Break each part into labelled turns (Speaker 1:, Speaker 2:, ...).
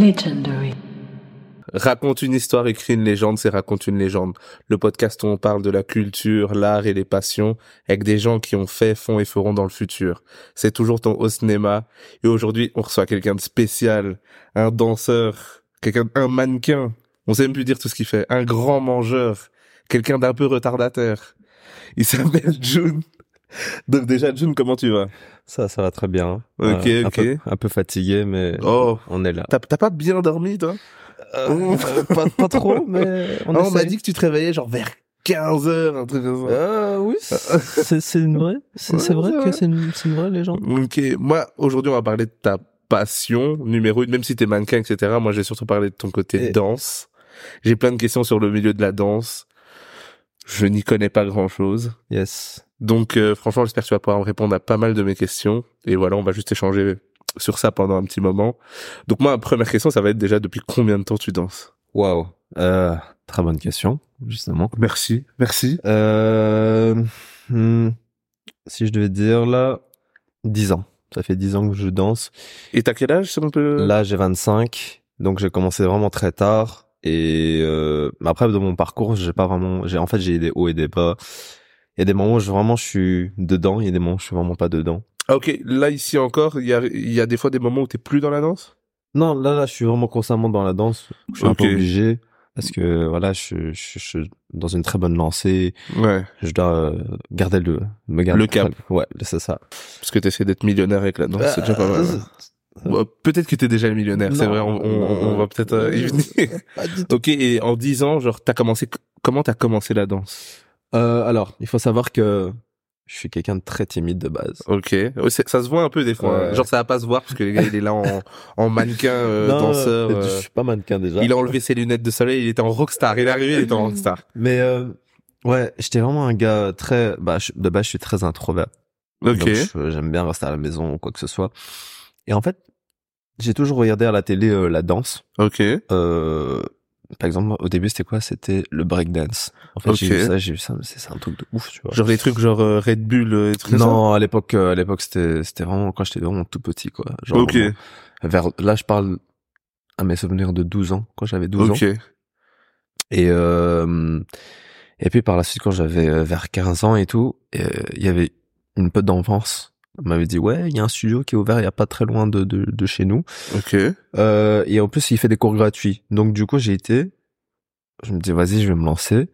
Speaker 1: Legendary.
Speaker 2: Raconte une histoire, écrit une légende, c'est raconte une légende. Le podcast où on parle de la culture, l'art et les passions avec des gens qui ont fait, font et feront dans le futur. C'est toujours ton au cinéma. Et aujourd'hui, on reçoit quelqu'un de spécial, un danseur, quelqu'un, un mannequin. On sait même plus dire tout ce qu'il fait. Un grand mangeur, quelqu'un d'un peu retardataire. Il s'appelle June. Donc déjà, June, comment tu vas
Speaker 3: Ça, ça va très bien.
Speaker 2: Ok,
Speaker 3: Euh, un
Speaker 2: ok.
Speaker 3: peu- un peu fatigué, mais
Speaker 2: Oh,
Speaker 3: on est là.
Speaker 2: t'as t'as pas bien dormi, toi
Speaker 3: Euh, euh, pas, pas trop, mais on,
Speaker 2: Ah, On,
Speaker 3: essaye.
Speaker 2: m'a dit que tu te réveillais genre vers 15 heures, un truc comme ça.
Speaker 3: Euh, oui, c'est c'est une vraie. C'est
Speaker 2: Ah. Ouais,
Speaker 3: c'est vrai
Speaker 2: c'est vrai.
Speaker 3: que c'est une, c'est une vraie légende.
Speaker 2: Ok, moi aujourd'hui on va parler de ta passion numéro une, même si t'es mannequin, etc. Moi j'ai surtout parlé de ton côté
Speaker 3: Et-
Speaker 2: danse. J'ai plein de questions sur le milieu de la danse. Je n'y connais pas grand chose.
Speaker 3: Yes.
Speaker 2: Donc euh, franchement j'espère que tu vas pouvoir me répondre à pas mal de mes questions. Et voilà, on va juste échanger sur ça pendant un petit moment. Donc moi, ma première question, ça va être déjà depuis combien de temps tu danses
Speaker 3: Waouh. Euh, Très bonne question, justement.
Speaker 2: Merci, merci.
Speaker 3: Euh, hmm, si je devais dire là, 10 ans. Ça fait 10 ans que je danse.
Speaker 2: Et t'as quel âge si on peut...
Speaker 3: Là, j'ai 25, donc j'ai commencé vraiment très tard. Et euh, mais après, dans mon parcours, j'ai pas vraiment. J'ai en fait, j'ai eu des hauts et des bas. Il y a des moments où je, vraiment je suis dedans, il y a des moments où je suis vraiment pas dedans.
Speaker 2: Ah, ok, là ici encore, il y a, il y a des fois des moments où t'es plus dans la danse
Speaker 3: Non, là, là, je suis vraiment constamment dans la danse. Je suis un peu
Speaker 2: Ok.
Speaker 3: obligé parce que voilà, je, je, je suis dans une très bonne lancée.
Speaker 2: Ouais.
Speaker 3: Je dois euh, garder le me garder
Speaker 2: Le cap.
Speaker 3: Ouais, c'est ça.
Speaker 2: Parce que t'essaies d'être millionnaire avec la danse, c'est déjà pas mal. Ouais, peut-être que t'es déjà millionnaire, c'est
Speaker 3: Non,
Speaker 2: vrai, on, on-
Speaker 3: non,
Speaker 2: on va peut-être euh, y
Speaker 3: non,
Speaker 2: venir.
Speaker 3: Pas du tout.
Speaker 2: ok, et en 10 ans, genre, t'as commencé, comment t'as commencé la danse
Speaker 3: Euh, alors, il faut savoir que je suis quelqu'un de très timide de base.
Speaker 2: Ok, Ouais, c'est- ça se voit un peu des fois, hein.
Speaker 3: Ouais.
Speaker 2: genre ça va pas se voir parce que le gars il est là en, en mannequin euh,
Speaker 3: Non,
Speaker 2: danseur.
Speaker 3: euh,
Speaker 2: euh,
Speaker 3: Je suis pas mannequin déjà.
Speaker 2: il a enlevé ses lunettes de soleil, il était en rockstar, il est arrivé, il était en rockstar.
Speaker 3: Mais euh, ouais, j'étais vraiment un gars très. Bah, je- de base, je suis très introvert.
Speaker 2: Ok,
Speaker 3: Donc, je- j'aime bien rester à la maison ou quoi que ce soit. Et en fait, j'ai toujours regardé à la télé euh, la danse.
Speaker 2: ok,
Speaker 3: Euh, par exemple, au début, c'était quoi C'était le breakdance. En fait, j'ai
Speaker 2: Ok.
Speaker 3: vu ça, j'ai vu ça. mais C'est c'est un truc de ouf, tu vois.
Speaker 2: genre les trucs genre euh, Red Bull, euh, des trucs comme
Speaker 3: non, à l'époque, euh, à l'époque, c'était, c'était vraiment quand j'étais vraiment tout petit, quoi.
Speaker 2: ça
Speaker 3: Genre,
Speaker 2: ok,
Speaker 3: vraiment, vers, là, je parle à mes souvenirs de 12 ans, quand j'avais 12 ans.
Speaker 2: ok,
Speaker 3: Et euh, et puis par la suite, quand j'avais euh, vers 15 ans et tout, euh, il y avait une pote d'enfance elle m'avait dit ouais, il y a un studio qui est ouvert il y a pas très loin de de, de chez nous.
Speaker 2: ok,
Speaker 3: Euh, et en plus, il fait des cours gratuits. Donc du coup, j'ai été, je me dis vas-y, je vais me lancer.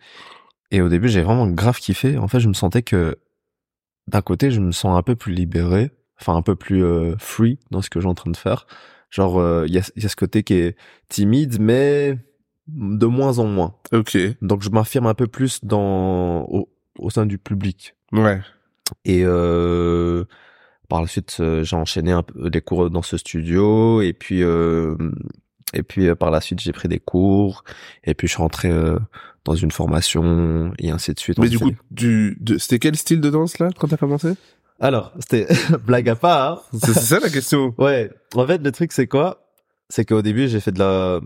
Speaker 3: Et au début, j'ai vraiment grave kiffé. En fait, je me sentais que d'un côté, je me sens un peu plus libéré, enfin un peu plus euh, free dans ce que j'ai en train de faire. Genre, euh, il y, a, il y a ce côté qui est timide, mais de moins en moins.
Speaker 2: ok,
Speaker 3: Donc je m'affirme un peu plus dans au, au sein du public.
Speaker 2: ouais,
Speaker 3: Et euh, par la suite, euh, j'ai enchaîné un peu les cours dans ce studio et puis euh, et puis euh, par la suite, j'ai pris des cours et puis je suis rentré euh, dans une formation et ainsi de suite.
Speaker 2: mais
Speaker 3: On
Speaker 2: du
Speaker 3: fait
Speaker 2: coup,
Speaker 3: des-
Speaker 2: du, de- c'était quel style de danse là quand t'as commencé
Speaker 3: alors c'était blague à part. hein.
Speaker 2: C'est c'est ça la question
Speaker 3: Ouais, en fait le truc c'est quoi C'est qu'au début, j'ai fait de la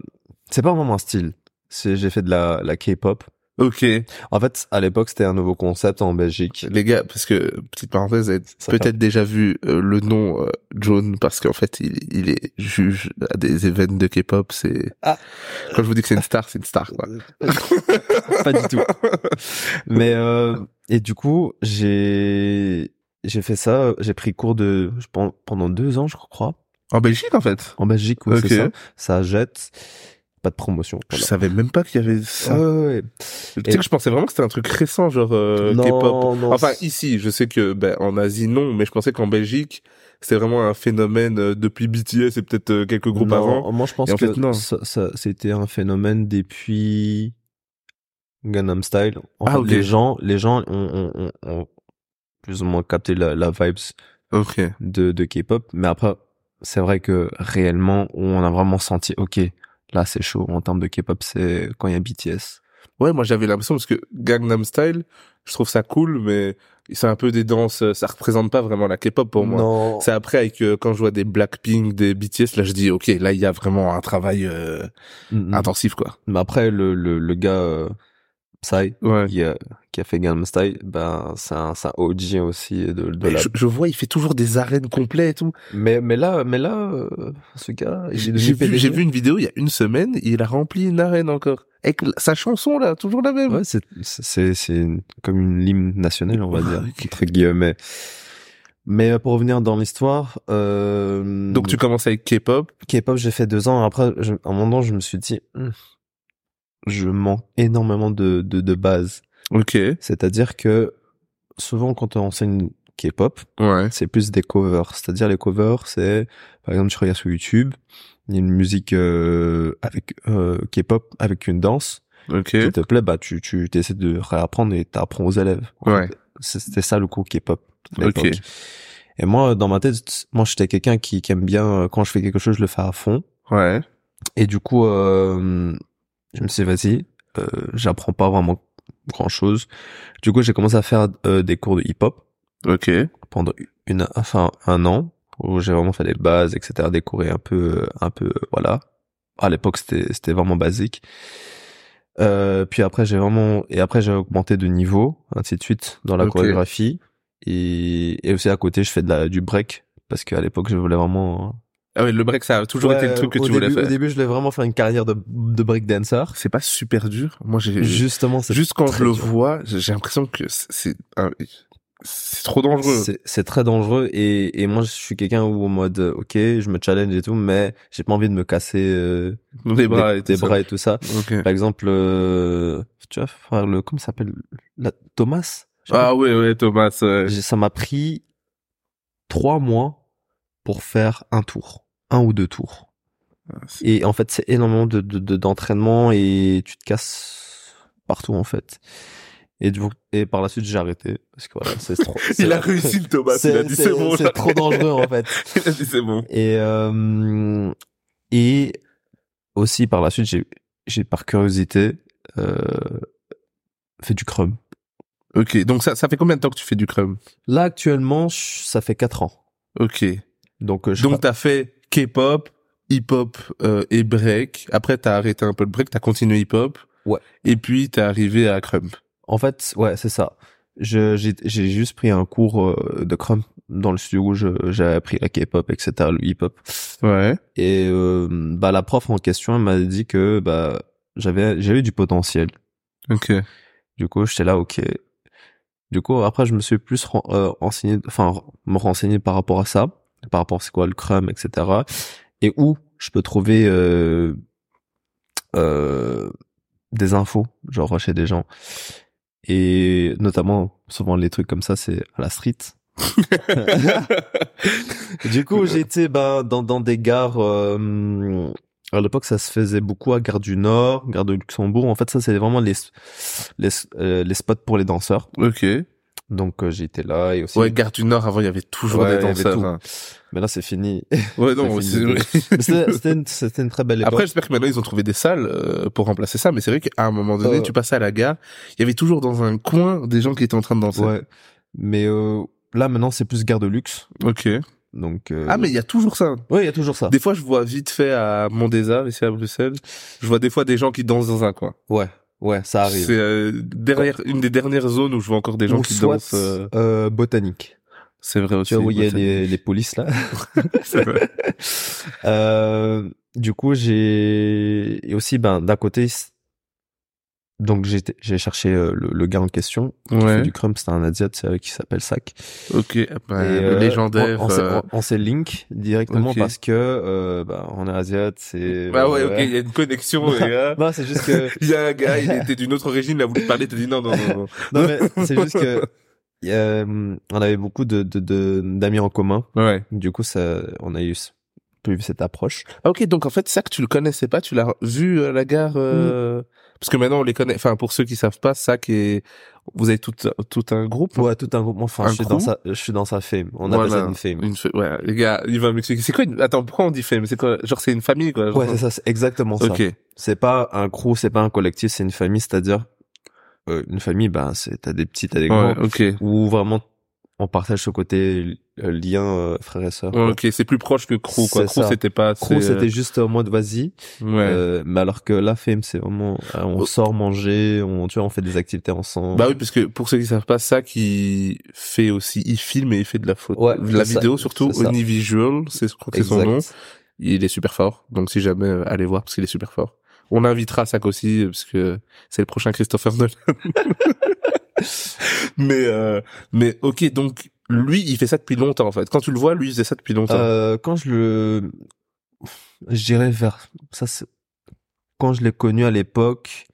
Speaker 3: c'est pas vraiment un style. C'est j'ai fait de la la K-pop.
Speaker 2: Ok,
Speaker 3: En fait, à l'époque, c'était un nouveau concept en Belgique.
Speaker 2: les gars, parce que petite parenthèse, vous avez
Speaker 3: Ça
Speaker 2: peut-être déjà vu euh, le nom euh, John parce qu'en fait il, il est juge à des événements de K-pop. C'est
Speaker 3: Ah.
Speaker 2: quand je vous dis que c'est une star, c'est une star. Quoi.
Speaker 3: pas du Euh, tout. Mais euh, et du coup, j'ai j'ai fait ça, j'ai pris cours de je pense pendant deux ans, je crois,
Speaker 2: En Belgique en fait.
Speaker 3: en Belgique, ouais,
Speaker 2: Ok.
Speaker 3: c'est ça. Ça jette, pas de promotion.
Speaker 2: Je
Speaker 3: voilà.
Speaker 2: savais même pas qu'il y avait ça.
Speaker 3: Ouais, ouais, ouais.
Speaker 2: tu sais que je pensais vraiment que c'était un truc récent, genre euh, K-pop.
Speaker 3: Non, non,
Speaker 2: Enfin
Speaker 3: c'est-
Speaker 2: ici, je sais que ben, en Asie non, mais je pensais qu'en Belgique c'était vraiment un phénomène euh, depuis BTS et peut-être euh, quelques groupes
Speaker 3: non,
Speaker 2: avant.
Speaker 3: Moi, je pense
Speaker 2: Et en
Speaker 3: que
Speaker 2: fait, non.
Speaker 3: ça, ça- c'était un phénomène depuis Gangnam Style. En
Speaker 2: Ah,
Speaker 3: fait,
Speaker 2: ok.
Speaker 3: les gens, les gens ont, ont- ont- ont plus ou moins capté la, la vibes
Speaker 2: Ok.
Speaker 3: de, de K-pop. Mais après, c'est vrai que réellement, on a vraiment senti, ok, là c'est chaud en termes de K-pop, c'est quand il y a BTS.
Speaker 2: Ouais, moi j'avais l'impression parce que Gangnam Style, je trouve ça cool, mais c'est un peu des danses, euh, ça représente pas vraiment la K-pop pour moi.
Speaker 3: Non.
Speaker 2: C'est après avec euh, quand je vois des Blackpink, des BTS, là je dis ok, là il y a vraiment un travail euh,
Speaker 3: Mm, mm.
Speaker 2: intensif quoi.
Speaker 3: Mais après, le, le, le gars, euh, Psy,
Speaker 2: Ouais.
Speaker 3: qui, euh, qui a fait Gangnam Style, ben, c'est un, c'est un OG aussi de, de la...
Speaker 2: Je, je vois, il fait toujours des arènes complètes et tout.
Speaker 3: Mais, mais là, mais là, euh, ce gars, il est
Speaker 2: J'ai
Speaker 3: devenu
Speaker 2: j'ai vu,
Speaker 3: PDG.
Speaker 2: j'ai vu une vidéo il y a une semaine, il a rempli une arène encore. Avec la- sa chanson, là, toujours la même.
Speaker 3: Ouais, c'est, c'est, c'est une- comme une hymne nationale, on va dire,
Speaker 2: Ah, Ok.
Speaker 3: entre guillemets. Mais euh, pour revenir dans l'histoire, euh,
Speaker 2: Donc tu commences avec K-pop.
Speaker 3: K-pop, j'ai fait deux ans. Après, je- à un moment, donné, je me suis dit, Hmm, je manque énormément de, de, de base.
Speaker 2: Ok.
Speaker 3: C'est-à-dire que souvent, quand on enseigne K-pop,
Speaker 2: Ouais.
Speaker 3: c'est plus des covers. C'est-à-dire, les covers, c'est, par exemple, tu regardes sur YouTube, il y a une musique euh, avec euh, K-pop, avec une danse,
Speaker 2: Ok.
Speaker 3: qui te plaît, bah, tu, tu essaies de réapprendre et t'apprends aux élèves. En
Speaker 2: Ouais.
Speaker 3: fait, C'était ça le cours K-pop. à
Speaker 2: Ok.
Speaker 3: l'époque. Et moi, dans ma tête, moi, j'étais quelqu'un qui, qui aime bien, euh, quand je fais quelque chose, je le fais à fond.
Speaker 2: Ouais.
Speaker 3: Et du coup, euh, je me suis dit, vas-y, euh, j'apprends pas vraiment grand chose. Du coup, j'ai commencé à faire euh, des cours de hip-hop
Speaker 2: Ok.
Speaker 3: pendant une, enfin, un an où j'ai vraiment fait des bases, etc., des cours et un peu, euh, un peu, euh, voilà. À l'époque, c'était, c'était vraiment basique. Euh, puis après, j'ai vraiment, et après, j'ai augmenté de niveau, ainsi de suite, dans la
Speaker 2: Ok.
Speaker 3: chorégraphie. Et, et aussi à côté, je fais de la, du break parce qu'à l'époque, je voulais vraiment
Speaker 2: Ah ouais, le break, ça a toujours été le
Speaker 3: Ouais,
Speaker 2: truc que
Speaker 3: au
Speaker 2: tu
Speaker 3: début,
Speaker 2: voulais
Speaker 3: Au
Speaker 2: faire.
Speaker 3: début, je voulais vraiment faire une carrière de, de breakdancer.
Speaker 2: C'est pas super dur. Moi, j'ai
Speaker 3: Justement, c'est
Speaker 2: juste quand
Speaker 3: très
Speaker 2: je le
Speaker 3: dur.
Speaker 2: vois, j'ai l'impression que c'est- c'est un- c'est trop dangereux.
Speaker 3: C'est c'est très dangereux et, et moi je suis quelqu'un où en mode euh, ok je me challenge et tout mais j'ai pas envie de me casser euh,
Speaker 2: Des bras
Speaker 3: des,
Speaker 2: et tout
Speaker 3: des
Speaker 2: ça.
Speaker 3: bras et tout ça.
Speaker 2: Ok.
Speaker 3: Par exemple euh, tu vois frère le comment il s'appelle la, Thomas. Je sais
Speaker 2: Ah ouais, ouais, Thomas.
Speaker 3: pas.
Speaker 2: ouais.
Speaker 3: J'ai- ça m'a pris trois mois pour faire un tour, un ou deux tours.
Speaker 2: c'est-
Speaker 3: Et en fait, c'est énormément de, de, de- d'entraînement et tu te casses partout, en fait. Et, du coup- et par la suite, j'ai arrêté. Parce que voilà, c'est trop.
Speaker 2: Il
Speaker 3: c'est-
Speaker 2: a réussi le Thomas.
Speaker 3: c'est-
Speaker 2: Il a dit
Speaker 3: c'est-
Speaker 2: c'est bon.
Speaker 3: c'est
Speaker 2: là.
Speaker 3: trop dangereux, en fait.
Speaker 2: Il a dit c'est bon.
Speaker 3: Et, euh, et aussi, par la suite, j'ai, j'ai par curiosité, euh, fait du crumb.
Speaker 2: Ok. Donc ça, ça fait combien de temps que tu fais du crumb
Speaker 3: Là, actuellement, je- ça fait quatre ans.
Speaker 2: Ok.
Speaker 3: Donc, euh, je
Speaker 2: Donc t'as fait K-pop, hip-hop euh, et break. Après t'as arrêté un peu le break, t'as continué hip-hop.
Speaker 3: Ouais.
Speaker 2: Et puis t'es arrivé à crump.
Speaker 3: En fait, ouais, c'est ça. Je, j'ai, j'ai juste pris un cours euh, de crump dans le studio où je, j'ai appris la K-pop, etc., le hip-hop.
Speaker 2: Ouais.
Speaker 3: Et euh, bah, la prof en question elle m'a dit que bah, j'avais, j'avais du potentiel.
Speaker 2: Ok.
Speaker 3: Du coup, j'étais là, ok. Du coup, après, je me suis plus ren- euh, renseigné, enfin, me renseigner par rapport à ça, par rapport à c'est quoi le crumb, etc. Et où je peux trouver euh, euh, des infos, genre chez des gens. Et notamment, souvent les trucs comme ça, c'est à la street. du coup, j'étais ben, dans, dans des gares. euh, à l'époque, ça se faisait beaucoup à Gare du Nord, Gare de Luxembourg. En fait, ça, c'est vraiment les, les, euh, les spots pour les danseurs.
Speaker 2: Ok.
Speaker 3: Donc, euh, j'étais là et aussi.
Speaker 2: Ouais, Gare du Nord, avant, il y avait toujours
Speaker 3: Ouais,
Speaker 2: des
Speaker 3: il y avait
Speaker 2: danseurs.
Speaker 3: tout.
Speaker 2: hein.
Speaker 3: Mais là, c'est fini.
Speaker 2: Ouais, non,
Speaker 3: C'est
Speaker 2: c'est
Speaker 3: fini.
Speaker 2: vrai.
Speaker 3: Mais C'était c'était une, c'était une très belle époque.
Speaker 2: Après, j'espère que maintenant, ils ont trouvé des salles euh, pour remplacer ça. Mais c'est vrai qu'à un moment donné,
Speaker 3: Euh.
Speaker 2: tu passais à la gare, il y avait toujours dans un coin des gens qui étaient en train de danser.
Speaker 3: ouais. Mais euh, là, maintenant, c'est plus Gare de Luxe.
Speaker 2: Ok.
Speaker 3: Donc. euh,
Speaker 2: Ah, mais il y a toujours ça.
Speaker 3: Ouais, il y a toujours ça.
Speaker 2: Des fois, je vois vite fait à Mont-des-Arts, ici à Bruxelles, je vois des fois des gens qui dansent dans un coin.
Speaker 3: Ouais, ouais, ça arrive.
Speaker 2: C'est euh, derrière une des dernières zones où je vois encore des gens
Speaker 3: Ou
Speaker 2: qui
Speaker 3: soit,
Speaker 2: dansent. euh,
Speaker 3: euh, botanique.
Speaker 2: C'est vrai aussi.
Speaker 3: Tu vois où il y a
Speaker 2: ouais,
Speaker 3: les, les polices là.
Speaker 2: c'est vrai.
Speaker 3: Euh, du coup, j'ai et aussi ben d'un côté, c- donc j'ai j'ai cherché euh, le, le gars en question. qui fait
Speaker 2: Ouais.
Speaker 3: Du crump, c'était un asiat c'est vrai, qui s'appelle Sac.
Speaker 2: Ok. bah,
Speaker 3: Et,
Speaker 2: le
Speaker 3: euh,
Speaker 2: légendaire.
Speaker 3: On, on s'est-
Speaker 2: euh,
Speaker 3: on- on s'est link directement
Speaker 2: Ok.
Speaker 3: parce que euh, ben, on est asiat, c'est.
Speaker 2: Bah ouais, ok, il y a une connexion, les gars.
Speaker 3: Non, c'est juste que
Speaker 2: Il y a un gars, il était d'une autre origine, il a voulu parler, t'as dit non, non, non, non.
Speaker 3: non mais c'est juste que euh, on avait beaucoup de de- de- d'amis en commun.
Speaker 2: Ouais.
Speaker 3: Du coup, ça, on a eu ce- plus cette approche.
Speaker 2: Ah, ok, donc en fait, ça que tu le connaissais pas, tu l'as vu à la gare, euh, parce que maintenant on les connaît, enfin, pour ceux qui savent pas, ça qui est, vous avez tout, tout un groupe. hein.
Speaker 3: Ouais, tout un groupe. Enfin,
Speaker 2: Un
Speaker 3: je suis dans
Speaker 2: crew
Speaker 3: sa, je suis dans sa fame. On
Speaker 2: Voilà.
Speaker 3: appelle ça une fame.
Speaker 2: Une, fa- ouais, les gars, il va m'expliquer. C'est quoi une, attends, pourquoi on dit fame? C'est quoi? Genre, c'est une famille, quoi. genre-
Speaker 3: Ouais, c'est ça, c'est exactement ça.
Speaker 2: Ok.
Speaker 3: C'est pas un crew, c'est pas un collectif, c'est une famille, c'est-à-dire bah, euh, une famille, ben, c'est t'as des petits, t'as des grands,
Speaker 2: Ouais, ok.
Speaker 3: où vraiment on partage ce côté euh, lien euh, frère et sœur.
Speaker 2: Ouais, ok, c'est plus proche que Crew, quoi.
Speaker 3: C'est
Speaker 2: Crew,
Speaker 3: ça.
Speaker 2: c'était pas assez...
Speaker 3: Crew,
Speaker 2: euh,
Speaker 3: c'était juste en mode vas-y,
Speaker 2: ouais.
Speaker 3: Euh, mais alors que la femme, c'est vraiment euh, on
Speaker 2: Oh.
Speaker 3: sort manger, on tu vois, on fait des activités ensemble.
Speaker 2: Bah oui, parce que pour ceux qui savent pas, ça qui fait aussi, il filme et il fait de la photo.
Speaker 3: Ouais,
Speaker 2: de la
Speaker 3: c'est
Speaker 2: vidéo
Speaker 3: ça,
Speaker 2: surtout,
Speaker 3: c'est ça.
Speaker 2: Onivisual, c'est je crois que c'est son
Speaker 3: exact.
Speaker 2: nom. Il est super fort. Donc si jamais, euh, allez voir parce qu'il est super fort. On invitera Sac aussi euh, parce que c'est le prochain Christopher Nolan. mais euh, mais ok, donc lui, il fait ça depuis longtemps en fait. Quand tu le vois, lui, il faisait ça depuis longtemps.
Speaker 3: Euh, quand je le, je dirais vers ça, c'est- quand je l'ai connu à l'époque,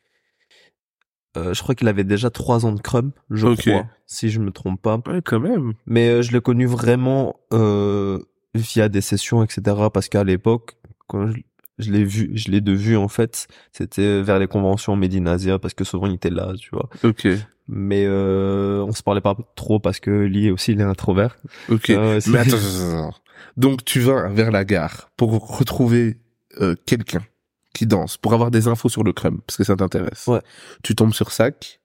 Speaker 3: euh, je crois qu'il avait déjà trois ans de crumb, je
Speaker 2: Ok.
Speaker 3: crois, si je me trompe pas.
Speaker 2: Ouais, quand même.
Speaker 3: Mais euh, je l'ai connu vraiment euh, via des sessions, etc. Parce qu'à l'époque, quand je, je l'ai vu, je l'ai de vue en fait, c'était vers les conventions Médinasia parce que souvent il était là, tu vois.
Speaker 2: Ok,
Speaker 3: Mais euh, on se parlait pas trop parce que lui aussi il est introvert.
Speaker 2: ok.
Speaker 3: Euh, c'est-
Speaker 2: Mais attends, attends, attends. donc tu vas vers la gare pour retrouver euh, quelqu'un qui danse, pour avoir des infos sur le crème, parce que ça t'intéresse.
Speaker 3: Ouais.
Speaker 2: Tu tombes sur Sac.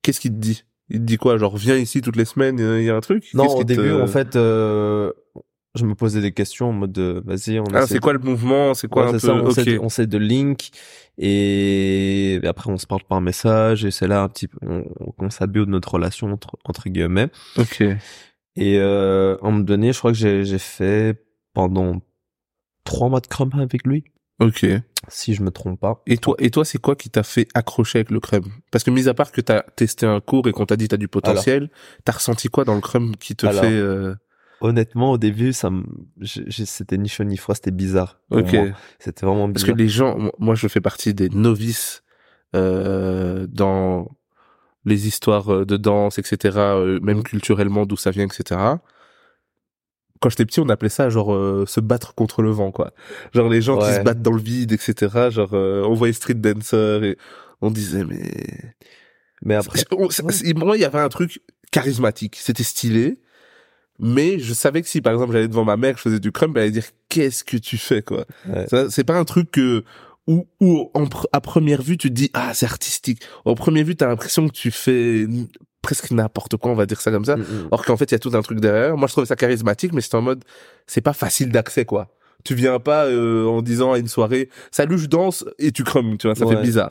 Speaker 2: Qu'est-ce qu'il te dit Il te dit quoi Genre viens ici toutes les semaines, euh, il y a un truc
Speaker 3: non,
Speaker 2: Qu'est-ce
Speaker 3: au
Speaker 2: qu'il te-
Speaker 3: début en fait, euh, je me posais des questions en mode de, vas-y, on
Speaker 2: Ah,
Speaker 3: essaie
Speaker 2: c'est quoi le mouvement C'est quoi
Speaker 3: Ouais,
Speaker 2: un peu
Speaker 3: c'est ça, on,
Speaker 2: Ok.
Speaker 3: sait, on sait de Link et après on se parle par message et c'est là un petit peu on, on commence à build notre relation entre, entre guillemets
Speaker 2: Ok.
Speaker 3: et euh, à un moment donné je crois que j'ai j'ai fait pendant trois mois de crumb avec lui
Speaker 2: Ok.
Speaker 3: si je me trompe pas
Speaker 2: Et toi, et toi, c'est quoi qui t'a fait accrocher avec le crème Parce que mis à part que t'as testé un cours et qu'on t'a dit t'as du potentiel, t'as ressenti quoi dans le crème qui te
Speaker 3: Alors.
Speaker 2: fait euh,
Speaker 3: honnêtement au début ça me- j'ai- j'ai- c'était ni chaud ni froid c'était bizarre pour
Speaker 2: Ok.
Speaker 3: moi. c'était vraiment
Speaker 2: Parce que
Speaker 3: bizarre
Speaker 2: les gens, mo- moi je fais partie des novices euh, dans les histoires euh, de danse, etc., euh, même culturellement d'où ça vient, etc. Quand j'étais petit, on appelait ça genre euh, se battre contre le vent, quoi. Genre les gens qui
Speaker 3: Ouais.
Speaker 2: se battent dans le vide, etc. Genre euh, on voyait Street Dancer et on disait mais
Speaker 3: mais après
Speaker 2: on- c'est- c'est- moi il y avait un truc charismatique, c'était stylé. Mais je savais que si par exemple j'allais devant ma mère, je faisais du crumb, elle allait dire qu'est-ce que tu fais quoi.
Speaker 3: ouais.
Speaker 2: Euh, Ça, C'est pas un truc que, où, où en pr- à première vue, tu te dis, ah, c'est artistique. En première vue, t'as l'impression que tu fais n- presque n'importe quoi, on va dire ça comme ça.
Speaker 3: Mm, mm.
Speaker 2: Or qu'en fait, il y a tout un truc derrière. Moi, je trouvais ça charismatique, mais c'était en mode, c'est pas facile d'accès, quoi. Tu viens pas euh, en disant à une soirée, salut, je danse, et tu crumes, tu vois, ça fait
Speaker 3: Ouais.
Speaker 2: bizarre.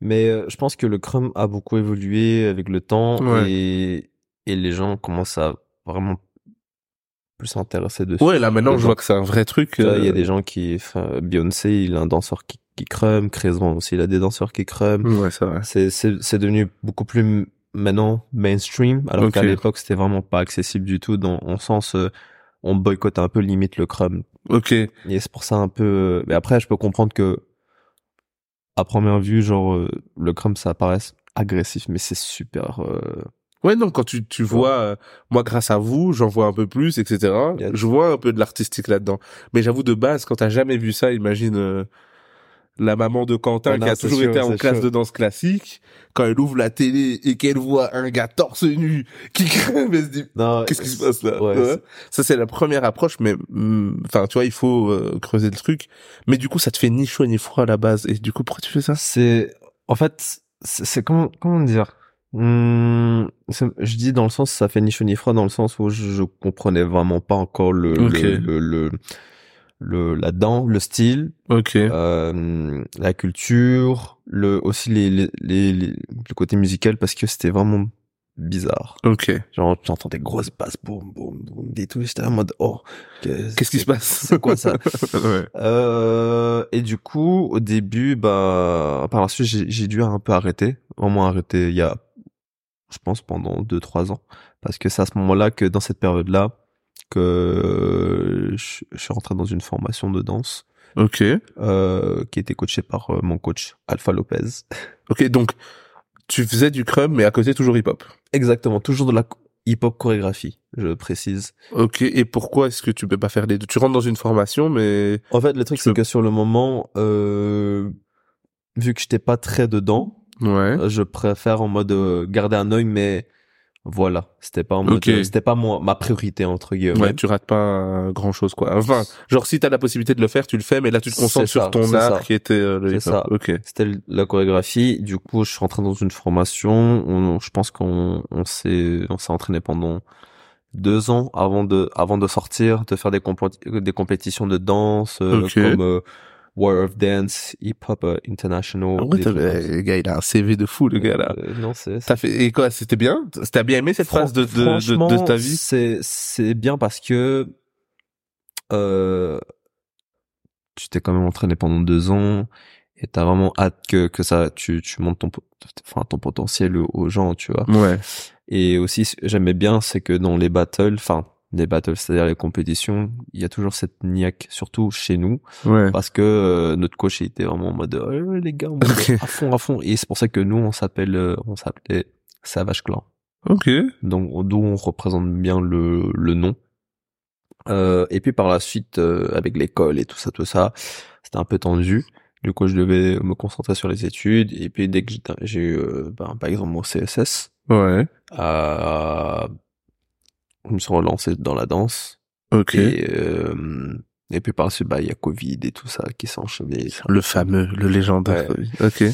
Speaker 3: Mais euh, je pense que le crumb a beaucoup évolué avec le temps
Speaker 2: Ouais.
Speaker 3: et, et les gens commencent à vraiment plus s'intéresser dessus.
Speaker 2: Ouais, là, maintenant,
Speaker 3: Le
Speaker 2: je
Speaker 3: dan-
Speaker 2: vois que c'est un vrai truc.
Speaker 3: Tu vois, Il y a
Speaker 2: euh,
Speaker 3: des gens qui... Enfin, Beyoncé, il a un danseur qui, qui crumb, Cresson aussi, il a des danseurs qui crumb.
Speaker 2: Ouais, c'est vrai.
Speaker 3: C'est, c'est, c'est devenu beaucoup plus m- maintenant mainstream, alors qu'à
Speaker 2: Ok.
Speaker 3: l'époque, c'était vraiment pas accessible du tout. Dans, en sens, euh, on boycotte un peu limite le crumb.
Speaker 2: Ok.
Speaker 3: Et c'est pour ça un peu. euh, Mais après, je peux comprendre que à première vue, genre euh, le crumb, ça paraît agressif, mais c'est super. euh,
Speaker 2: Ouais, non, quand tu, tu vois, euh, moi, grâce à vous, j'en vois un peu plus, etc.
Speaker 3: Yes.
Speaker 2: Je vois un peu de l'artistique là-dedans. Mais j'avoue, de base, quand t'as jamais vu ça, imagine euh, la maman de Quentin
Speaker 3: Ouais,
Speaker 2: qui
Speaker 3: Ah non,
Speaker 2: a
Speaker 3: c'est
Speaker 2: toujours
Speaker 3: chaud,
Speaker 2: été en
Speaker 3: c'est
Speaker 2: classe
Speaker 3: chaud.
Speaker 2: de danse classique, quand elle ouvre la télé et qu'elle voit un gars torse nu qui crève, elle se dit,
Speaker 3: Non, euh,
Speaker 2: qu'est-ce qui se passe là
Speaker 3: ouais,
Speaker 2: Tu vois
Speaker 3: c'est-
Speaker 2: Ça, c'est la première approche, mais hum, enfin, tu vois, il faut euh, creuser le truc. Mais du coup, ça te fait ni chaud ni froid à la base. Et du coup, pourquoi tu fais ça
Speaker 3: C'est en fait, c'est c'est comment comment dire. Hum, c'est- je dis dans le sens, ça fait ni chaud ni froid, dans le sens où je, je comprenais vraiment pas encore le le-
Speaker 2: Ok.
Speaker 3: le, le, le- la danse, le style,
Speaker 2: Ok.
Speaker 3: euh, la culture, le aussi les, les, les- les- le côté musical parce que c'était vraiment bizarre.
Speaker 2: Ok.
Speaker 3: Genre j'entends des grosses basses boum boum boum des tout, j'étais en mode oh que-
Speaker 2: Qu'est-ce qui se passe
Speaker 3: c'est quoi ça
Speaker 2: Ouais.
Speaker 3: euh, et du coup, au début, bah, par la suite, j'ai j'ai dû un peu arrêter. Au moins arrêter il y a, je pense, pendant deux, trois ans. Parce que c'est à ce moment-là que, dans cette période-là, que je, je suis rentré dans une formation de danse
Speaker 2: Ok.
Speaker 3: euh, qui était coachée par euh, mon coach Alpha Lopez.
Speaker 2: Ok, donc tu faisais du crumb, mais à côté toujours hip-hop.
Speaker 3: Exactement, toujours de la co- hip-hop chorégraphie, je précise.
Speaker 2: Ok, et pourquoi est-ce que tu peux pas faire les deux Tu rentres dans une formation, mais
Speaker 3: En fait, le truc,
Speaker 2: Je
Speaker 3: c'est
Speaker 2: peux-
Speaker 3: que sur le moment, euh, vu que j'étais pas très dedans,
Speaker 2: ouais.
Speaker 3: Euh, je préfère en mode euh, garder un œil mais voilà c'était pas en mode
Speaker 2: Ok.
Speaker 3: euh, c'était pas mon- ma priorité entre guillemets
Speaker 2: Ouais, tu rates pas grand chose quoi. Enfin, genre si t'as la possibilité de le faire, tu le fais, mais là tu te
Speaker 3: C'est
Speaker 2: concentres sur
Speaker 3: ça,
Speaker 2: ton
Speaker 3: c'est
Speaker 2: art
Speaker 3: ça.
Speaker 2: qui était euh, le
Speaker 3: C'est
Speaker 2: hip-hop.
Speaker 3: ça.
Speaker 2: Ok.
Speaker 3: c'était le- la chorégraphie du coup je suis rentré dans une formation on, je pense qu'on on s'est on s'est entraîné pendant deux ans avant de avant de sortir, de faire des, compé- des compétitions de danse euh,
Speaker 2: Ok.
Speaker 3: comme euh, War of Dance, Hip Hop euh, International.
Speaker 2: Ah ouais,
Speaker 3: des
Speaker 2: t'as-
Speaker 3: trucs comme ça.
Speaker 2: le gars, il a un CV de fou, le gars, là.
Speaker 3: Euh, non, c'est
Speaker 2: T'as fait, et quoi, c'était bien? T'as bien aimé cette
Speaker 3: Fran-
Speaker 2: phase de, de,
Speaker 3: franchement,
Speaker 2: de, de ta vie?
Speaker 3: C'est c'est bien parce que euh, tu t'es quand même entraîné pendant deux ans et t'as vraiment hâte que que ça tu tu montes ton po- enfin ton potentiel au- aux gens tu vois.
Speaker 2: Ouais.
Speaker 3: Et aussi ce que j'aimais bien c'est que dans les battles, enfin les battles c'est-à-dire les compétitions, il y a toujours cette niaque surtout chez nous
Speaker 2: Ouais.
Speaker 3: parce que euh, notre coach il était vraiment en mode euh, Ouais, les gars on va
Speaker 2: Ok.
Speaker 3: à fond à fond et c'est pour ça que nous on s'appelle euh, on s'appelait Savage Clan
Speaker 2: Ok.
Speaker 3: donc d'où on représente bien le, le nom. Euh, et puis par la suite, euh, avec l'école et tout ça, tout ça, c'était un peu tendu. Du coup, je devais me concentrer sur les études. Et puis dès que j'étais- j'ai eu, euh, ben, par exemple, mon CSS,
Speaker 2: Ouais.
Speaker 3: euh, je me suis relancé dans la danse.
Speaker 2: Ok.
Speaker 3: Et, euh, et puis par la suite, bah, il y a Covid et tout ça qui s'est enchaîné.
Speaker 2: Le fameux, le légendaire. Ok.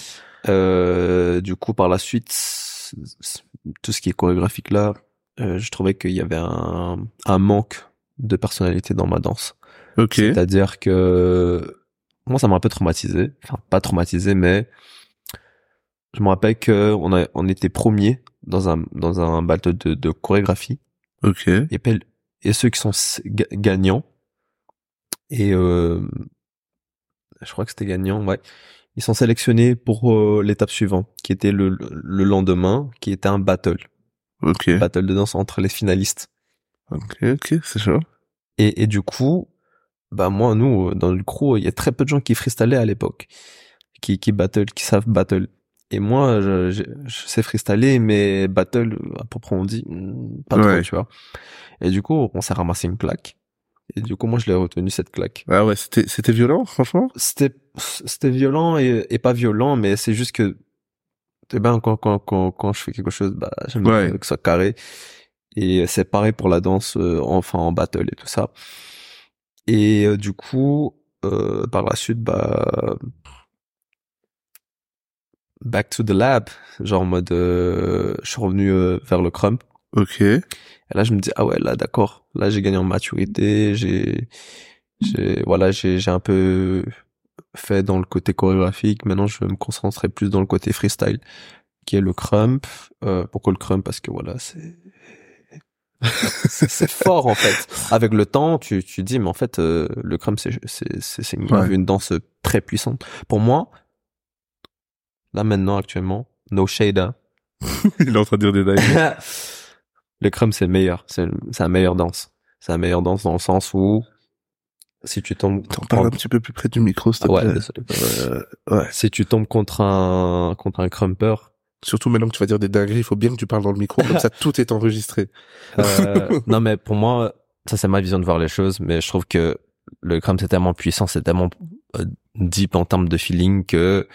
Speaker 3: Euh, du coup, par la suite, c- c- tout ce qui est chorégraphique là, euh, je trouvais qu'il y avait un, un manque de personnalité dans ma danse.
Speaker 2: Ok.
Speaker 3: C'est-à-dire que moi, ça m'a un peu traumatisé. Enfin, pas traumatisé, mais je me rappelle que on a, on était premier dans un, dans un battle de, de chorégraphie.
Speaker 2: Ok.
Speaker 3: Et, pel- et ceux qui sont s- ga- gagnants, et euh, je crois que c'était gagnant, ouais. Ils sont sélectionnés pour euh, l'étape suivante, qui était le, le lendemain, qui était un battle.
Speaker 2: Ok.
Speaker 3: Battle de danse entre les finalistes.
Speaker 2: Ok. Ok. C'est chaud.
Speaker 3: Et, et du coup, bah moi, nous, euh, dans le crew, il y a très peu de gens qui freestylaient à l'époque, qui, qui battle, qui savent battle. Et moi, je, je, je sais freestyler, mais battle, à proprement dit, hmm, pas
Speaker 2: Ouais.
Speaker 3: trop, tu vois. Et du coup, on s'est ramassé une claque. Et du coup, moi, je l'ai retenu cette claque.
Speaker 2: Ah ouais, c'était, c'était violent, franchement?
Speaker 3: C'était, c'était violent et, et pas violent, mais c'est juste que, eh ben, quand, quand, quand, quand je fais quelque chose, bah, j'aime
Speaker 2: Ouais.
Speaker 3: bien que ce soit carré. Et c'est pareil pour la danse, euh, enfin, en battle et tout ça. Et euh, du coup, euh, par la suite, bah, back to the lab, genre en mode, euh, je suis revenu euh, vers le crumb.
Speaker 2: Ok.
Speaker 3: Et là, je me dis, ah ouais, là, d'accord. Là, j'ai gagné en maturité. J'ai, j'ai, voilà, j'ai, j'ai un peu fait dans le côté chorégraphique. Maintenant, je vais me concentrer plus dans le côté freestyle, qui est le crump. Euh, pourquoi le crump? Parce que voilà, c'est, c'est c'est fort, en fait. Avec le temps, tu, tu dis, mais en fait, euh, le crump, c'est, c'est, c'est, c'est grave
Speaker 2: Ouais.
Speaker 3: une danse très puissante. Pour moi, là, maintenant, actuellement, no shade, hein.
Speaker 2: Il est en train de dire des dingues.
Speaker 3: le crumb, c'est le meilleur. C'est c'est la meilleure danse. C'est la meilleure danse dans le sens où si tu tombes,
Speaker 2: T'en parles un petit peu plus près du micro, s'il te
Speaker 3: Ah ouais,
Speaker 2: plaît.
Speaker 3: désolé.
Speaker 2: Euh, ouais.
Speaker 3: si tu tombes contre un contre un crumper,
Speaker 2: Surtout maintenant que tu vas dire des dingueries, il faut bien que tu parles dans le micro, comme ça tout est enregistré.
Speaker 3: euh, non mais pour moi, ça c'est ma vision de voir les choses, mais je trouve que le crumb c'est tellement puissant, c'est tellement euh, deep en termes de feeling que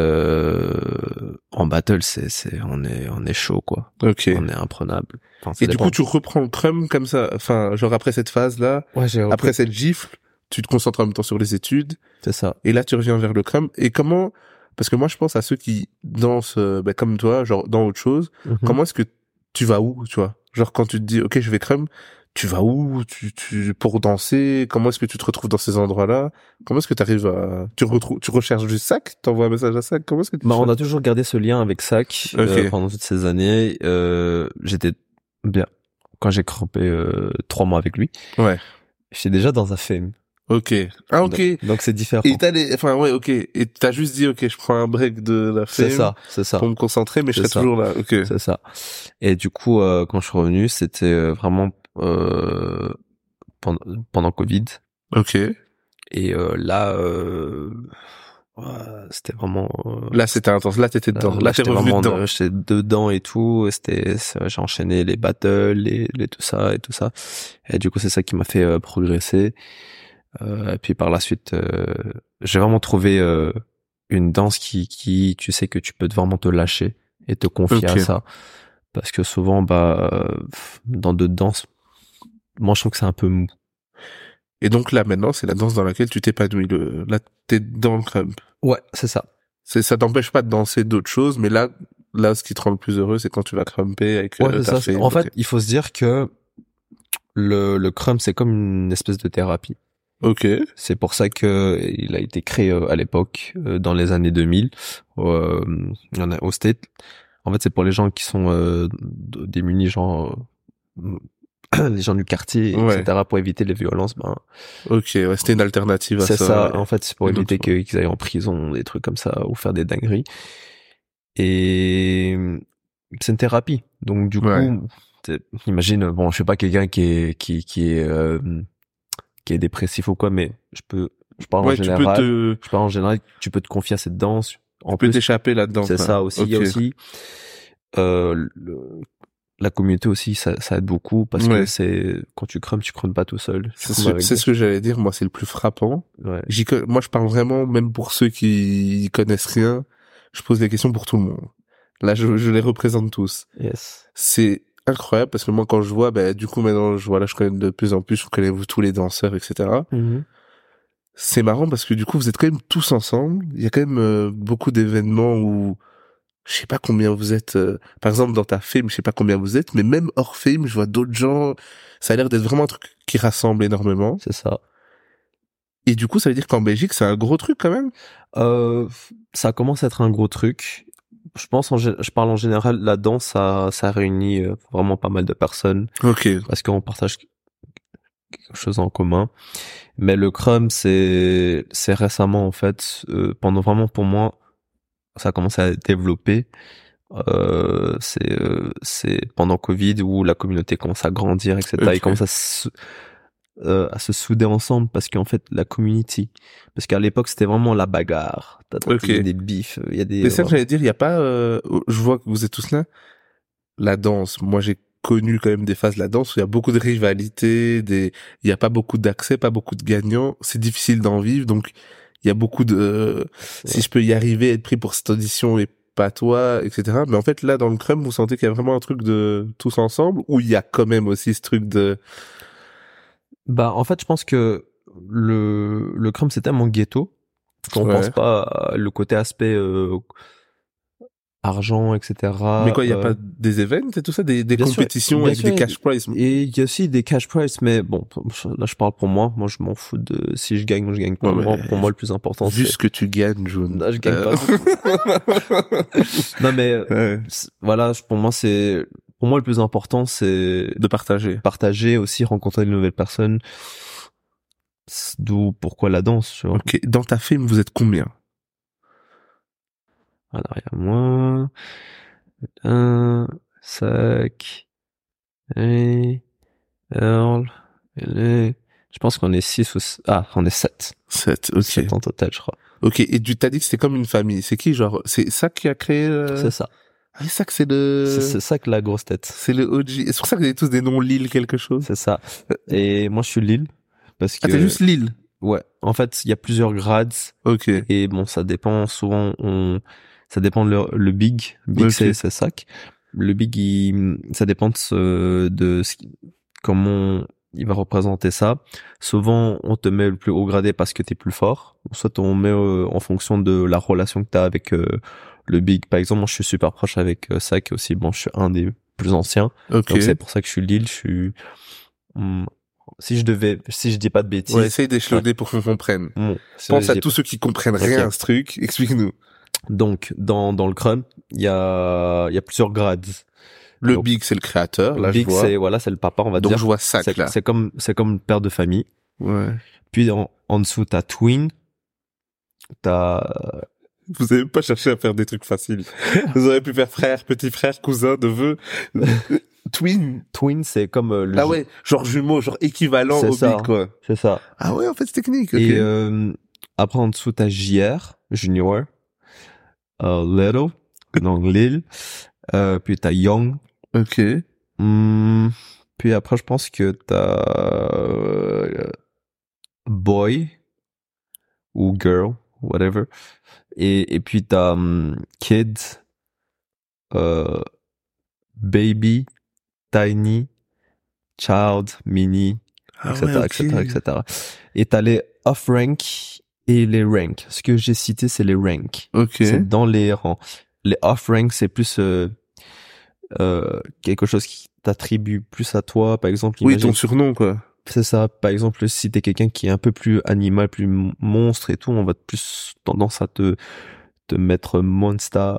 Speaker 3: euh, en battle c'est c'est on est on est chaud quoi,
Speaker 2: Ok.
Speaker 3: on est imprenable. Enfin, ça
Speaker 2: Et du
Speaker 3: dépend.
Speaker 2: coup, tu reprends le crumb comme ça, enfin, genre après cette phase-là,
Speaker 3: ouais, j'ai repris.
Speaker 2: après cette gifle, tu te concentres en même temps sur les études,
Speaker 3: c'est ça.
Speaker 2: et là tu reviens vers le crumb. Et comment, parce que moi je pense à ceux qui dansent euh, ben, comme toi, genre dans autre chose,
Speaker 3: Mhm.
Speaker 2: comment est-ce que tu vas où, tu vois Genre quand tu te dis, ok, je vais crumb, tu vas où tu, tu Pour danser, comment est-ce que tu te retrouves dans ces endroits-là Comment est-ce que tu arrives à... Tu, retrouves, tu recherches du sac T'envoies un message à sac Comment est-ce que tu
Speaker 3: Bah, on
Speaker 2: fais
Speaker 3: a toujours gardé ce lien avec Sac euh,
Speaker 2: Ok.
Speaker 3: pendant toutes ces années. Euh, J'étais bien quand j'ai crampé euh, trois mois avec lui.
Speaker 2: Ouais.
Speaker 3: J'étais déjà dans un film.
Speaker 2: Ok. Ah ok.
Speaker 3: Donc- Donc c'est différent.
Speaker 2: Et t'as les... Enfin ouais, ok. Et t'as juste dit, ok, je prends un break de la
Speaker 3: C'est
Speaker 2: fame
Speaker 3: ça, c'est ça,
Speaker 2: pour me concentrer, mais je
Speaker 3: C'est
Speaker 2: serai
Speaker 3: ça.
Speaker 2: toujours là. Ok.
Speaker 3: c'est ça. Et du coup, euh, quand je suis revenu, c'était euh, vraiment euh, pendant, pendant Covid.
Speaker 2: Ok.
Speaker 3: Et euh, là, euh, ouais, c'était vraiment. euh,
Speaker 2: Là, c'était intense. Là, t'étais dedans. Là, t'es
Speaker 3: j'étais
Speaker 2: revenu
Speaker 3: vraiment
Speaker 2: dedans.
Speaker 3: de- j'étais dedans et tout. C'était, c'est- j'ai enchaîné les battles, les, les tout ça et tout ça. Et du coup, c'est ça qui m'a fait euh, progresser. Euh, et puis par la suite, euh, j'ai vraiment trouvé euh, une danse qui, qui, tu sais que tu peux vraiment te lâcher et te confier à
Speaker 2: Ok.
Speaker 3: ça. Parce que souvent, bah, euh, pff, dans d'autres danses, moi, je trouve que c'est un peu mou.
Speaker 2: Et donc là, maintenant, c'est la danse dans laquelle tu t'épanouis. Le... Là, t'es dans le crump.
Speaker 3: Ouais, c'est ça.
Speaker 2: C'est, ça t'empêche pas de danser d'autres choses, mais là, là, ce qui te rend le plus heureux, c'est quand tu vas crumper avec
Speaker 3: Ouais,
Speaker 2: euh,
Speaker 3: c'est
Speaker 2: ta
Speaker 3: ça.
Speaker 2: fille.
Speaker 3: En
Speaker 2: Ok.
Speaker 3: fait, il faut se dire que le, le crumb, c'est comme une espèce de thérapie.
Speaker 2: Ok.
Speaker 3: C'est pour ça que il a été créé euh, à l'époque, euh, dans les années 2000, euh, il y en a- au State. En fait, c'est pour les gens qui sont euh, d- démunis, genre euh, les gens du quartier,
Speaker 2: Ouais.
Speaker 3: etc., pour éviter les violences. Ben,
Speaker 2: Ok, ouais, c'était une alternative à
Speaker 3: c'est
Speaker 2: ça.
Speaker 3: ça. En fait, c'est pour
Speaker 2: Et donc,
Speaker 3: éviter que- qu'ils aillent en prison, des trucs comme ça, ou faire des dingueries. Et c'est une thérapie. Donc du coup,
Speaker 2: Ouais.
Speaker 3: t'es- imagine, bon, je suis pas quelqu'un qui est qui qui est euh, qui est dépressif ou quoi, mais je peux, je parle en
Speaker 2: Ouais, tu peux
Speaker 3: général.
Speaker 2: te,
Speaker 3: Je parle en général. Tu peux te confier à cette danse. En
Speaker 2: tu peux
Speaker 3: plus,
Speaker 2: t'échapper là-dedans.
Speaker 3: c'est
Speaker 2: quoi.
Speaker 3: ça aussi. Il y a
Speaker 2: Ok.
Speaker 3: aussi euh, le- la communauté aussi, ça, ça aide beaucoup parce que
Speaker 2: Ouais.
Speaker 3: c'est quand tu crumbes, tu crumbes pas tout seul. Tu
Speaker 2: C'est
Speaker 3: crumbes
Speaker 2: ce,
Speaker 3: avec
Speaker 2: c'est
Speaker 3: des-
Speaker 2: ce que j'allais dire. Moi, c'est le plus frappant.
Speaker 3: ouais.
Speaker 2: J'y co- moi, je parle vraiment, même pour ceux qui y connaissent rien, je pose des questions pour tout le monde. Là, je, je les représente tous.
Speaker 3: Yes.
Speaker 2: C'est incroyable parce que moi, quand je vois, bah, du coup, maintenant, je vois là, je connais de plus en plus, je connais vous tous les danseurs, etc. C'est marrant parce que du coup, vous êtes quand même tous ensemble. Il y a quand même euh, beaucoup d'événements où je sais pas combien vous êtes. euh, par exemple, dans ta film, je sais pas combien vous êtes, mais même hors film, je vois d'autres gens. Ça a l'air d'être vraiment un truc qui rassemble énormément.
Speaker 3: C'est ça.
Speaker 2: Et du coup, ça veut dire qu'en Belgique, c'est un gros truc quand même.
Speaker 3: Euh, ça commence à être un gros truc. Je pense, en, gé- je parle en général, la danse, ça, ça réunit euh, vraiment pas mal de personnes
Speaker 2: Ok.
Speaker 3: parce qu'on partage quelque chose en commun. Mais le crumb, c'est, c'est récemment en fait, euh, pendant vraiment pour moi, ça a commencé à être développé. Euh, c'est, euh, c'est pendant Covid où la communauté commence à grandir, etc.
Speaker 2: Ok.
Speaker 3: Ils commencent à se, euh, à se souder ensemble parce qu'en fait la community, parce qu'à l'époque c'était vraiment la bagarre. T'as t'as-
Speaker 2: Ok.
Speaker 3: il y a des bifs, il y a des.
Speaker 2: Mais ça, j'allais dire, il y a pas. euh, je vois que vous êtes tous là. La danse. Moi, j'ai connu quand même des phases de la danse où il y a beaucoup de rivalité, des. Il y a pas beaucoup d'accès, pas beaucoup de gagnants. C'est difficile d'en vivre, donc il y a beaucoup de. euh, Si je peux y arriver, être pris pour cette audition et pas toi, etc. Mais en fait, là, dans le crumb, vous sentez qu'il y a vraiment un truc de tous ensemble, ou il y a quand même aussi ce truc de.
Speaker 3: Bah en fait je pense que le le crumb c'est tellement ghetto qu'on
Speaker 2: Ouais.
Speaker 3: pense pas à le côté aspect euh, argent etc.
Speaker 2: mais quoi, il y a
Speaker 3: Euh,
Speaker 2: pas des events et tout ça, des, des
Speaker 3: Bien sûr,
Speaker 2: compétitions
Speaker 3: bien
Speaker 2: avec
Speaker 3: sûr,
Speaker 2: des
Speaker 3: il y a-
Speaker 2: cash prizes.
Speaker 3: Et il y a aussi des cash prizes, mais bon, là je parle pour moi. Moi je m'en fous de si je gagne ou je gagne pas.
Speaker 2: Ouais, mais-
Speaker 3: Moi, pour moi le plus important
Speaker 2: Vu
Speaker 3: c'est.
Speaker 2: ce que tu gagnes, June.
Speaker 3: Là, je gagne
Speaker 2: Euh,
Speaker 3: pas. non mais
Speaker 2: ouais.
Speaker 3: c'est- voilà, je- pour moi c'est pour moi le plus important c'est
Speaker 2: De partager.
Speaker 3: partager aussi rencontrer de nouvelles personnes. C'est D'où pourquoi la danse, tu vois.
Speaker 2: Ok. Dans ta film, vous êtes combien
Speaker 3: Alors il y a moi, un, cinq, et Earl, elle est- je pense qu'on est six ou s- ah on est sept,
Speaker 2: Sept. Ok.
Speaker 3: sept en total je crois.
Speaker 2: Ok. Et tu t'as dit que c'était comme une famille. C'est qui, genre C'est ça qui a créé. euh,
Speaker 3: C'est ça,
Speaker 2: Ah, c'est ça que c'est le.
Speaker 3: c'est c'est ça que la grosse tête.
Speaker 2: C'est le OG. C'est pour ça que vous avez tous des noms Lille quelque chose.
Speaker 3: C'est ça. Et moi, je suis Lille. Parce que.
Speaker 2: Euh. Ah, t'es juste Lille.
Speaker 3: Ouais. En fait, il y a plusieurs grades.
Speaker 2: Ok.
Speaker 3: Et bon, ça dépend. Souvent, on, ça dépend de leur- le, big. Big,
Speaker 2: Ok.
Speaker 3: c'est, c'est sac. Le big, il- ça dépend de ce, de ce qui- comment il va représenter ça. Souvent, on te met le plus haut gradé parce que t'es plus fort. Soit on met euh, en fonction de la relation que t'as avec euh, le big. Par exemple, moi, je suis super proche avec euh, sac aussi. Bon, je suis un des plus anciens.
Speaker 2: Ok.
Speaker 3: Donc c'est pour ça que je suis Lille, je suis Hmm, si je devais si je dis pas de bêtises.
Speaker 2: Ouais, essaye d'échelonner pour qu'on comprenne.
Speaker 3: bon, si
Speaker 2: Pense
Speaker 3: je
Speaker 2: à
Speaker 3: dis
Speaker 2: tous ceux qui comprennent rien
Speaker 3: Ok.
Speaker 2: à ce truc. Explique-nous.
Speaker 3: pas- Donc dans dans le crumb, il y a il y a plusieurs grades.
Speaker 2: Le
Speaker 3: Donc,
Speaker 2: big, c'est le créateur. Là,
Speaker 3: Big
Speaker 2: je vois.
Speaker 3: c'est voilà, c'est le papa, on va
Speaker 2: Donc,
Speaker 3: dire.
Speaker 2: je vois ça,
Speaker 3: C'est
Speaker 2: là.
Speaker 3: c'est comme c'est comme le père de famille.
Speaker 2: Ouais.
Speaker 3: Puis en, en dessous t'as twin. T'as
Speaker 2: Vous avez pas cherché à faire des trucs faciles. Vous auriez pu faire frère, petit frère, cousin, neveu, twin.
Speaker 3: twin, c'est comme euh, le
Speaker 2: Ah
Speaker 3: ju-
Speaker 2: ouais, genre jumeau, genre équivalent
Speaker 3: C'est
Speaker 2: au
Speaker 3: ça,
Speaker 2: big,
Speaker 3: hein.
Speaker 2: quoi.
Speaker 3: c'est ça.
Speaker 2: Ah ouais, en fait, c'est technique. ok.
Speaker 3: Et euh, après en dessous t'as JR, junior, euh, little, donc Lil. Euh, puis t'as young,
Speaker 2: Ok.
Speaker 3: Hmm, puis après, je pense que t'as euh, boy ou girl, whatever. Et, et puis t'as hmm, kid, euh, baby, tiny, child, mini,
Speaker 2: Ah
Speaker 3: etc.,
Speaker 2: ouais, ok.
Speaker 3: etc., etc. Et t'as les off rank et les rank. Ce que j'ai cité, c'est les rank.
Speaker 2: Ok.
Speaker 3: C'est dans les rangs. les off-ranks, c'est plus euh, euh, quelque chose qui t'attribue plus à toi, par exemple.
Speaker 2: Oui,
Speaker 3: imagine-
Speaker 2: ton surnom, quoi.
Speaker 3: c'est ça. Par exemple, si t'es quelqu'un qui est un peu plus animal, plus mon- monstre et tout, on va plus tendance à te te mettre monster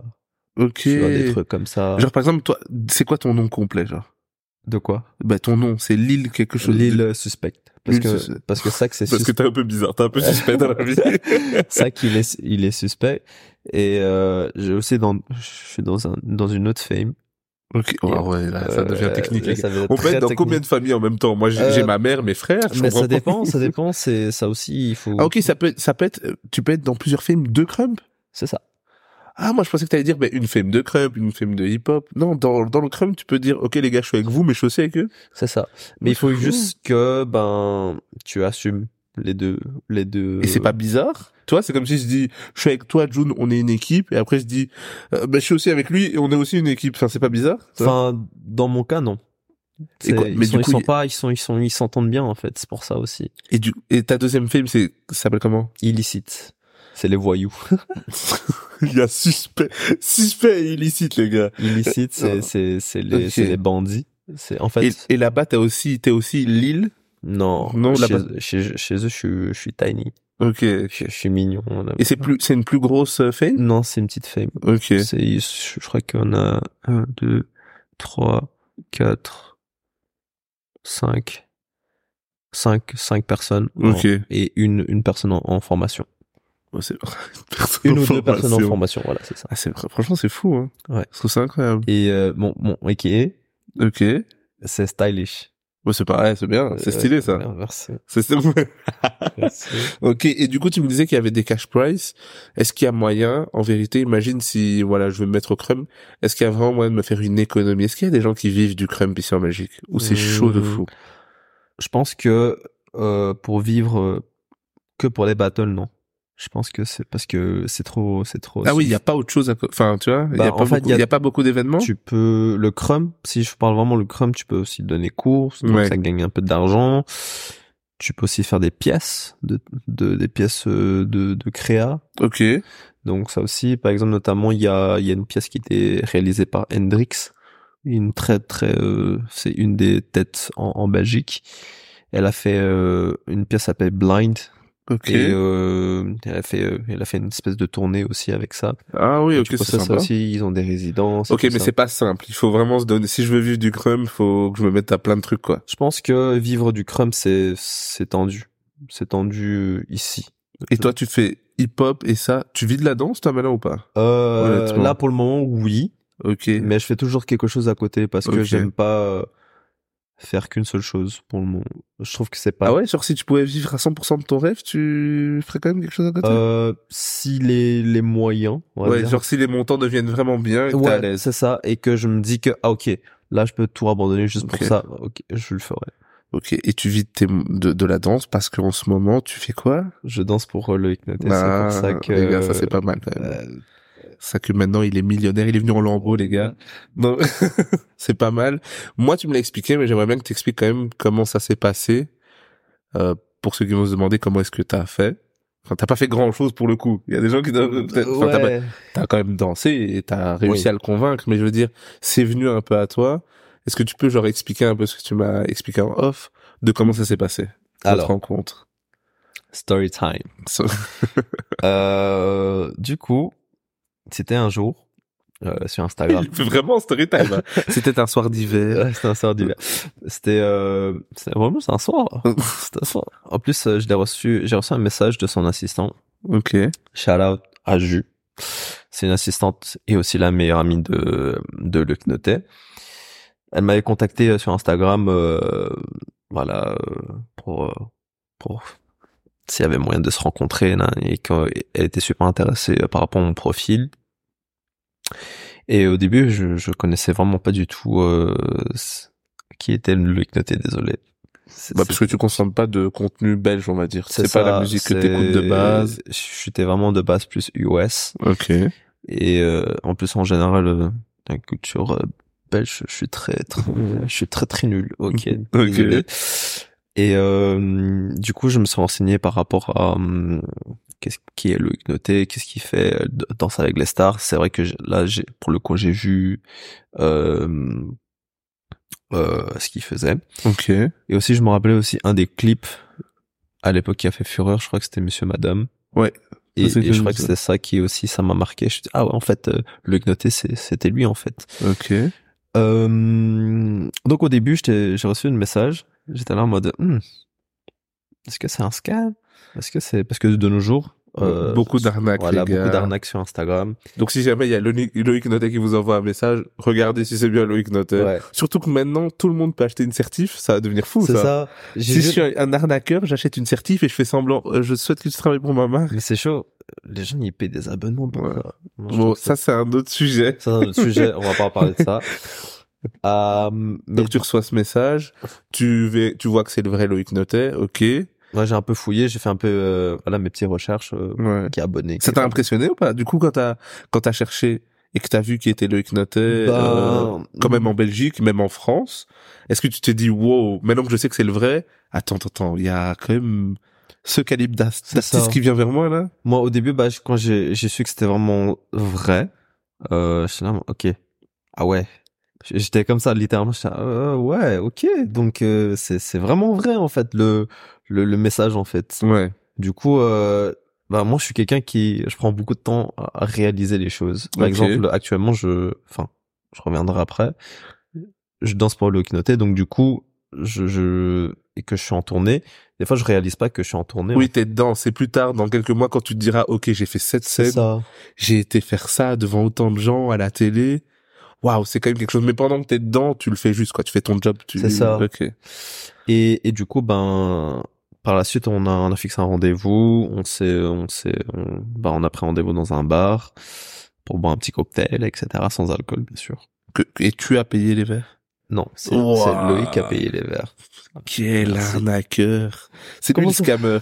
Speaker 2: Ok.
Speaker 3: sur des trucs comme ça.
Speaker 2: Genre, par exemple, toi, c'est quoi ton nom complet, genre
Speaker 3: de quoi
Speaker 2: Bah, ton nom, c'est Lille quelque chose.
Speaker 3: L'île suspecte. Parce
Speaker 2: L'île
Speaker 3: que
Speaker 2: suspecte.
Speaker 3: parce que ça que c'est
Speaker 2: Parce que
Speaker 3: suspect.
Speaker 2: t'es un peu bizarre, t'es un peu suspect dans la vie.
Speaker 3: ça qu'il est il est suspect. Et euh, j'ai aussi dans je suis dans un dans une autre fame.
Speaker 2: ok. Ouais, ouais, là, Ah, ça devient
Speaker 3: Euh,
Speaker 2: technique.
Speaker 3: Ah là,
Speaker 2: les gars.
Speaker 3: ça devient
Speaker 2: On peut
Speaker 3: très
Speaker 2: être dans
Speaker 3: technique.
Speaker 2: combien de familles en même temps Moi, j'ai
Speaker 3: Euh,
Speaker 2: j'ai ma mère, mes frères. je
Speaker 3: Mais
Speaker 2: comprends
Speaker 3: ça
Speaker 2: pas.
Speaker 3: dépend, ça dépend. C'est ça aussi, il faut.
Speaker 2: Ah, ok, ça peut, être- ça peut être. euh, Tu peux être dans plusieurs films de Crump
Speaker 3: C'est ça.
Speaker 2: Ah, moi, je pensais que t'allais dire bah, une film de Crump, une film de hip-hop. Non, dans, dans le Crump, tu peux dire Ok, les gars, je suis avec vous, mais je suis aussi avec eux.
Speaker 3: C'est ça. Mais il faut
Speaker 2: c'est fou.
Speaker 3: juste que ben tu assumes les deux les deux.
Speaker 2: Et c'est pas bizarre Tu vois, euh, c'est comme si je dis Je suis avec toi, June, on est une équipe. Et après, je dis euh, bah, Je suis aussi avec lui et on est aussi une équipe. Enfin, c'est pas bizarre ça
Speaker 3: Enfin, dans mon cas, non. C'est-
Speaker 2: quoi-
Speaker 3: ils
Speaker 2: mais
Speaker 3: sont,
Speaker 2: du coup,
Speaker 3: ils sont
Speaker 2: il-
Speaker 3: pas, ils sont, ils sont, ils s'entendent bien en fait. C'est pour ça aussi.
Speaker 2: et, du, et ta deuxième film, c'est ça s'appelle comment
Speaker 3: Illicite. C'est les voyous.
Speaker 2: Il y a suspect. Suspect et illicite, les gars.
Speaker 3: Illicite, c'est,
Speaker 2: Ah.
Speaker 3: c'est, c'est les,
Speaker 2: Ok.
Speaker 3: c'est les bandits. C'est en fait
Speaker 2: Et, et là-bas, t'as aussi, t'es aussi Lille.
Speaker 3: non.
Speaker 2: Non,
Speaker 3: chez,
Speaker 2: là-bas.
Speaker 3: chez, chez eux, je suis, je suis tiny.
Speaker 2: Ok. Et
Speaker 3: Je, je suis mignon. là-bas.
Speaker 2: c'est plus, c'est une plus grosse euh, fame
Speaker 3: Non, c'est une petite fame.
Speaker 2: Ok.
Speaker 3: C'est, je crois qu'on a un, deux, trois, quatre, cinq, cinq, cinq personnes. en-
Speaker 2: Ok.
Speaker 3: Et une, une personne en, en formation.
Speaker 2: Ouais, c'est- personne
Speaker 3: Une
Speaker 2: en
Speaker 3: ou deux personnes en
Speaker 2: formation.
Speaker 3: formation, voilà, c'est ça.
Speaker 2: Ah, c'est, franchement, c'est fou, hein.
Speaker 3: Ouais.
Speaker 2: Je trouve ça incroyable.
Speaker 3: Et euh, mon, mon AKA,
Speaker 2: Ok. Ouais,
Speaker 3: c'est stylish.
Speaker 2: c'est pareil, c'est bien. Ah, C'est
Speaker 3: Euh,
Speaker 2: stylé, ça.
Speaker 3: ouais, Merci.
Speaker 2: C'est, c'est-
Speaker 3: merci.
Speaker 2: ok. Et du coup, tu me disais qu'il y avait des cash price. Est-ce qu'il y a moyen, en vérité, imagine si, voilà, je vais me mettre au crumb. Est-ce qu'il y a vraiment moyen de me faire une économie? Est-ce qu'il y a des gens qui vivent du crumb ici en Belgique? Ou c'est chaud de
Speaker 3: Hmm.
Speaker 2: fou?
Speaker 3: Je pense que euh, pour vivre euh, que pour les battles, non. Je pense que c'est parce que c'est trop, c'est trop.
Speaker 2: Ah oui, il n'y a pas autre chose à, co- enfin, tu vois, il
Speaker 3: Bah,
Speaker 2: n'y a,
Speaker 3: en
Speaker 2: pas
Speaker 3: fait,
Speaker 2: beaucoup-
Speaker 3: y a-
Speaker 2: y a pas beaucoup d'événements.
Speaker 3: Tu peux le crumb. Si je parle vraiment le crumb, tu peux aussi donner cours, donc
Speaker 2: Ouais.
Speaker 3: ça gagne un peu d'argent. Tu peux aussi faire des pièces, de, de des pièces euh, de, de créa.
Speaker 2: Ok.
Speaker 3: Donc ça aussi, par exemple, notamment, il y a, il y a une pièce qui était réalisée par Hendrix, une très très, euh, c'est une des têtes en, en Belgique. Elle a fait euh, une pièce appelée Blind
Speaker 2: Ok.
Speaker 3: et euh, elle a fait, euh, elle a fait une espèce de tournée aussi avec ça.
Speaker 2: ah oui,
Speaker 3: Et
Speaker 2: ok,
Speaker 3: tu
Speaker 2: c'est
Speaker 3: peux ça, ça
Speaker 2: sympa.
Speaker 3: aussi, ils ont des résidences. et
Speaker 2: Ok,
Speaker 3: tout
Speaker 2: mais
Speaker 3: ça.
Speaker 2: c'est pas simple. Il faut vraiment se donner. Si je veux vivre du crumb, faut que je me mette à plein de trucs, quoi.
Speaker 3: Je pense que vivre du crumb, c'est c'est tendu, c'est tendu ici.
Speaker 2: Et toi, tu fais hip-hop et ça. Tu vis de la danse, toi, maintenant, ou pas?
Speaker 3: Euh,
Speaker 2: Honnêtement.
Speaker 3: là pour le moment, oui.
Speaker 2: Ok.
Speaker 3: mais je fais toujours quelque chose à côté parce
Speaker 2: Ok.
Speaker 3: que j'aime pas euh, faire qu'une seule chose pour le moment. Je trouve que c'est pas.
Speaker 2: Ah ouais, genre si tu pouvais vivre à 100% de ton rêve, tu ferais quand même quelque chose à côté?
Speaker 3: Euh, si les les moyens. on va
Speaker 2: ouais,
Speaker 3: dire.
Speaker 2: genre si les montants deviennent vraiment bien et que t'es à
Speaker 3: Ouais,
Speaker 2: l'aise.
Speaker 3: c'est ça, et que je me dis que ah ok, là je peux tout abandonner juste
Speaker 2: Ok.
Speaker 3: pour ça. Ok, je le ferai.
Speaker 2: Ok. Et tu vis de, tes- de, de la danse parce qu'en ce moment, tu fais quoi?
Speaker 3: Je danse pour euh, le hypnoter.
Speaker 2: Ah,
Speaker 3: c'est pour ça que.
Speaker 2: les gars, ça c'est pas mal, quand même.
Speaker 3: euh,
Speaker 2: ça que maintenant il est millionnaire, il est venu en lambeau les gars. Non, c'est pas mal. Moi tu me l'as expliqué, mais j'aimerais bien que tu expliques quand même comment ça s'est passé euh, pour ceux qui vont se demander comment est-ce que t'as fait. Enfin, t'as pas fait grand chose pour le coup. Il y a des gens qui doivent. peut-être- enfin, t'as pas-
Speaker 3: ouais.
Speaker 2: t'as quand même dansé et t'as réussi
Speaker 3: Oui.
Speaker 2: à le convaincre, mais je veux dire, c'est venu un peu à toi. Est-ce que tu peux genre expliquer un peu ce que tu m'as expliqué en off de comment ça s'est passé votre
Speaker 3: Alors,
Speaker 2: rencontre
Speaker 3: story time.
Speaker 2: Ça-
Speaker 3: Euh, du coup, c'était un jour euh, sur Instagram.
Speaker 2: Il fait vraiment story time. hein. C'était un soir d'hiver.
Speaker 3: Ouais, c'était un soir d'hiver. C'était euh, c'était vraiment c'est un soir. C'était un soir. En plus, euh, je l'ai reçu, j'ai reçu un message de son assistant.
Speaker 2: ok.
Speaker 3: Shout out à Ju. C'est une assistante et aussi la meilleure amie de de Luc Notet. Elle m'avait contacté euh, sur Instagram, euh, voilà, euh, pour euh, pour s'il y avait moyen de se rencontrer là, et qu'elle était super intéressée euh, par rapport à mon profil. Et au début, je, je connaissais vraiment pas du tout euh, ce- qui était le Luc Noté, désolé. C'est-
Speaker 2: Bah, parce que tu consommes pas de contenu belge, on va dire. C'est pas
Speaker 3: ça,
Speaker 2: la musique que
Speaker 3: c'est-
Speaker 2: t'écoutes de base.
Speaker 3: J'étais vraiment de base plus US.
Speaker 2: Ok.
Speaker 3: Et euh, en plus, en général, euh, la culture euh, belge, je suis très, très, je suis très, très nul. Ok.
Speaker 2: Ok.
Speaker 3: désolé. Et euh, du coup, je me suis renseigné par rapport à hum, qu'est-ce qui est Loïc Noté, qu'est-ce qu'il fait euh, d- Danse avec les stars. C'est vrai que j'ai- là, j'ai pour le coup, j'ai vu euh, euh, ce qu'il faisait.
Speaker 2: Ok.
Speaker 3: Et aussi, je me rappelais aussi un des clips à l'époque qui a fait fureur. Je crois que c'était Monsieur Madame.
Speaker 2: Ouais.
Speaker 3: Et,
Speaker 2: Ça, c'était
Speaker 3: et je crois que
Speaker 2: Monsieur-
Speaker 3: c'est ça qui aussi, ça m'a marqué. Je me suis dit, ah ouais, en fait, euh, Loïc Noté, c'est- c'était lui en fait.
Speaker 2: Ok.
Speaker 3: Euh, donc au début, j'étais- j'ai reçu un message. J'étais là en mode, Hmm, est-ce que c'est un scam Est-ce que c'est parce que de nos jours, euh,
Speaker 2: Beaucoup d'arnaques,
Speaker 3: Voilà,
Speaker 2: les gars.
Speaker 3: beaucoup d'arnaques sur Instagram.
Speaker 2: Donc si jamais il y a Loni- Loïc Notet qui vous envoie un message, regardez si c'est bien Loïc Notet.
Speaker 3: Ouais.
Speaker 2: Surtout que maintenant, tout le monde peut acheter une certif, ça va devenir fou,
Speaker 3: C'est
Speaker 2: ça.
Speaker 3: ça. J'ai
Speaker 2: Si
Speaker 3: vu-
Speaker 2: je suis un arnaqueur, j'achète une certif et je fais semblant, euh, je souhaite que tu travailles pour ma marque.
Speaker 3: Mais c'est chaud. Les gens ils paient des abonnements. pour
Speaker 2: Ouais.
Speaker 3: ça. Moi, je
Speaker 2: Bon,
Speaker 3: trouve
Speaker 2: ça,
Speaker 3: ça,
Speaker 2: c'est un autre sujet.
Speaker 3: ça, c'est un autre sujet. On va pas en parler de ça. Euh, mais
Speaker 2: Donc tu reçois ce message, tu, vais, tu vois que c'est le vrai Loïc Notet, ok. Ouais.
Speaker 3: moi j'ai un peu fouillé, j'ai fait un peu euh, voilà mes petites recherches euh, qui est
Speaker 2: Ça
Speaker 3: abonné. qui est
Speaker 2: t'a
Speaker 3: pas-
Speaker 2: impressionné ou pas Du coup, quand t'as quand t'as cherché et que t'as vu qui était Loïc Notet, euh,
Speaker 3: Ben,
Speaker 2: quand même en Belgique, même en France, est-ce que tu t'es dit wow Maintenant que je sais que c'est le vrai, attends, attends, attends, il y a quand même ce calibre d'ast-
Speaker 3: C'est ça.
Speaker 2: d'artiste qui vient vers moi là.
Speaker 3: Moi, au début, bah, je- quand j'ai j'ai su que c'était vraiment vrai, euh, j'étais là, ok. Ah ouais. J- J'étais comme ça, littéralement, j'étais là, euh, ouais, ok. Donc, euh, c'est c'est vraiment vrai, en fait, le, le, le message, en fait.
Speaker 2: Ouais.
Speaker 3: Du coup, euh, bah, moi, je suis quelqu'un qui, je prends beaucoup de temps à à réaliser les choses. Par
Speaker 2: Ok.
Speaker 3: exemple, actuellement, je, enfin, je reviendrai après. Je danse pour le Okinoté, donc du coup, je, je, et que je suis en tournée. Des fois, je réalise pas que je suis en tournée. en
Speaker 2: Oui, t'es dedans. C'est plus tard, dans quelques mois, quand tu te diras, ok, j'ai fait cette
Speaker 3: fait. C'est
Speaker 2: scène,
Speaker 3: ça.
Speaker 2: j'ai été faire ça devant autant de gens à la télé. Waouh, c'est quand même quelque chose. Mais pendant que t'es dedans, tu le fais juste quoi. Tu fais ton job. Tu...
Speaker 3: C'est ça.
Speaker 2: Ok.
Speaker 3: Et, et du coup, ben, par la suite, on a, on a fixé un rendez-vous, on s'est, on s'est, on, ben, on a pris rendez-vous dans un bar pour boire un petit cocktail, etc., sans alcool, bien sûr.
Speaker 2: Que- que- Et tu as payé les verres.
Speaker 3: Non, c'est
Speaker 2: Ouah.
Speaker 3: c'est Loïc qui a payé les verres.
Speaker 2: Quel
Speaker 3: Merci.
Speaker 2: arnaqueur. C'est lui
Speaker 3: Comment
Speaker 2: le
Speaker 3: ça-
Speaker 2: scammer.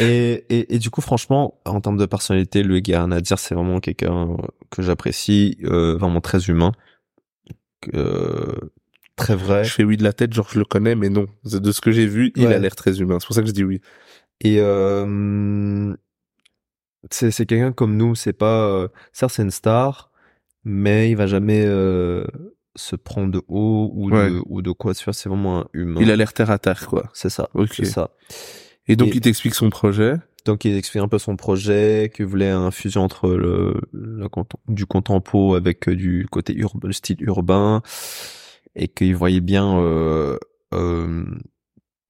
Speaker 3: Et, et, et du coup, franchement, en termes de personnalité, Loïc il y a rien à dire, c'est vraiment quelqu'un euh, que j'apprécie, euh, vraiment très humain, euh, très vrai.
Speaker 2: Je fais oui de la tête, genre je le connais, mais non. De ce que j'ai vu, il
Speaker 3: Ouais.
Speaker 2: a l'air très humain. C'est pour ça que je dis oui.
Speaker 3: Et euh, c'est c'est quelqu'un comme nous, c'est pas euh, certes c'est une star, mais il va jamais euh, se prendre de haut ou
Speaker 2: Ouais.
Speaker 3: de ou de quoi tu vois, c'est vraiment un humain.
Speaker 2: Il a l'air terre à terre, quoi.
Speaker 3: C'est ça,
Speaker 2: Ok.
Speaker 3: c'est ça.
Speaker 2: Et donc
Speaker 3: Et-
Speaker 2: il t'explique son projet.
Speaker 3: Donc il explique un peu son projet, qu'il voulait un fusion entre le, le contem- du contempo avec euh, du côté urbain, le style urbain, et qu'il voyait bien euh, euh,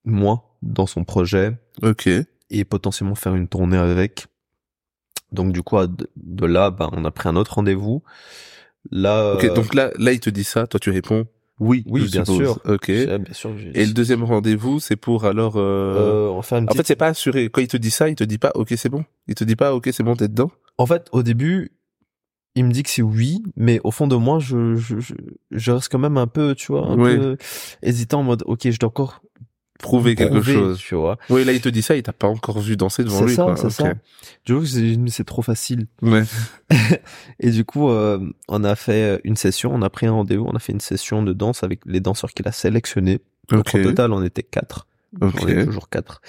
Speaker 3: moi dans son projet.
Speaker 2: Ok.
Speaker 3: et potentiellement faire une tournée avec. Donc du coup, à- de de là, bah, on a pris un autre rendez-vous. Là,
Speaker 2: Ok.
Speaker 3: euh,
Speaker 2: Donc là, là il te dit ça. Toi tu réponds oui.
Speaker 3: Oui,
Speaker 2: je
Speaker 3: bien
Speaker 2: suppose.
Speaker 3: sûr.
Speaker 2: Ok.
Speaker 3: j'ai- bien sûr, j'ai-
Speaker 2: Et le deuxième rendez-vous, c'est pour alors. euh,
Speaker 3: euh, on va faire une
Speaker 2: En fait,
Speaker 3: petite-
Speaker 2: c'est pas assuré. Quand il te dit ça, il te dit pas OK, c'est bon. Il te dit pas OK, c'est bon, t'es dedans.
Speaker 3: en fait, au début, il me dit que c'est oui, mais au fond de moi, je, je, je, je reste quand même un peu, tu vois, un
Speaker 2: Oui.
Speaker 3: peu hésitant en mode, ok, je dois encore
Speaker 2: Prouver quelque
Speaker 3: prouver,
Speaker 2: chose.
Speaker 3: tu vois.
Speaker 2: Oui, là il te dit ça, il t'a pas encore vu danser devant
Speaker 3: C'est
Speaker 2: lui.
Speaker 3: ça,
Speaker 2: quoi.
Speaker 3: c'est
Speaker 2: Ok.
Speaker 3: ça. Du coup, j'ai dit, mais c'est trop facile.
Speaker 2: Ouais.
Speaker 3: Et du coup, euh, on a fait une session, on a pris un rendez-vous, on a fait une session de danse avec les danseurs qu'il a sélectionnés. Donc
Speaker 2: Ok.
Speaker 3: en total, on était quatre.
Speaker 2: Ok.
Speaker 3: On est toujours quatre.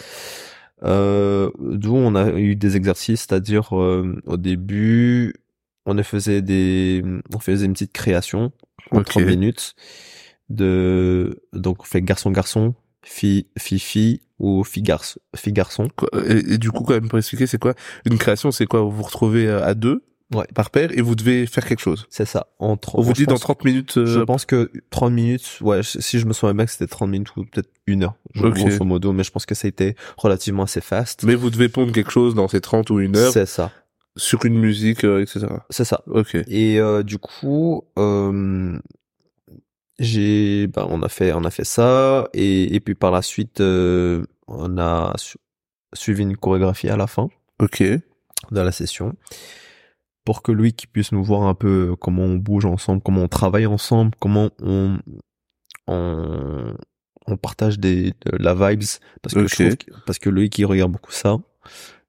Speaker 3: Euh, D'où on a eu des exercices, c'est-à-dire euh, au début, on ne faisait des, on faisait une petite création en
Speaker 2: Ok.
Speaker 3: 30 minutes de, donc on fait garçon garçon, fille fille fille ou fille garçon fille garçon.
Speaker 2: Quoi, Et, et du coup, quand même, pour expliquer, c'est quoi Une création, c'est quoi Vous vous retrouvez euh, à deux,
Speaker 3: Ouais.
Speaker 2: par paire, et vous devez faire quelque chose.
Speaker 3: C'est ça. En tro-
Speaker 2: On vous
Speaker 3: je
Speaker 2: dit dans
Speaker 3: pense-
Speaker 2: 30 minutes. euh,
Speaker 3: Je pense que 30 minutes, ouais, je- si je me souviens bien que c'était 30 minutes ou peut-être une heure, je-
Speaker 2: Ok.
Speaker 3: grosso modo, mais je pense que ça a été relativement assez fast.
Speaker 2: Mais vous devez pondre quelque chose dans ces 30 ou une heure
Speaker 3: C'est ça,
Speaker 2: sur une musique, euh, etc.
Speaker 3: c'est ça.
Speaker 2: Ok.
Speaker 3: Et euh, du coup, euh, j'ai, bah, on a fait, on a fait ça, et, et puis par la suite, euh, on a su- suivi une chorégraphie à la fin
Speaker 2: Ok.
Speaker 3: de la session pour que lui qui puisse nous voir un peu euh, comment on bouge ensemble, comment on travaille ensemble, comment on on, on partage des de la vibes parce que
Speaker 2: Ok.
Speaker 3: je trouve que- parce que lui qui regarde beaucoup ça,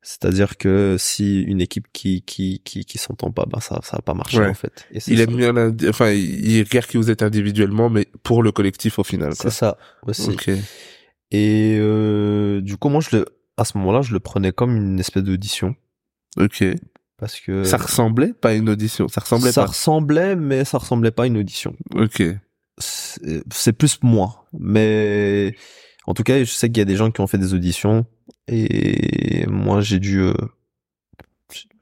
Speaker 3: C'est-à-dire que si une équipe qui qui qui, qui s'entend pas, bah ça ça va pas marcher
Speaker 2: Ouais.
Speaker 3: en fait. Et c'est
Speaker 2: Il
Speaker 3: ça.
Speaker 2: aime bien, l'indi- enfin, il il regarde qui vous êtes individuellement, mais pour le collectif au final.
Speaker 3: C'est
Speaker 2: Quoi.
Speaker 3: ça aussi.
Speaker 2: Ok.
Speaker 3: Et euh, du coup, moi, je le, à ce moment-là, je le prenais comme une espèce d'audition
Speaker 2: Ok.
Speaker 3: parce que
Speaker 2: Ça ressemblait pas à une audition. Ça ressemblait
Speaker 3: Euh, ça
Speaker 2: pas.
Speaker 3: ressemblait, mais ça ressemblait pas à une audition.
Speaker 2: Ok.
Speaker 3: C'est c'est plus moi, mais en tout cas, je sais qu'il y a des gens qui ont fait des auditions et moi, j'ai dû, euh,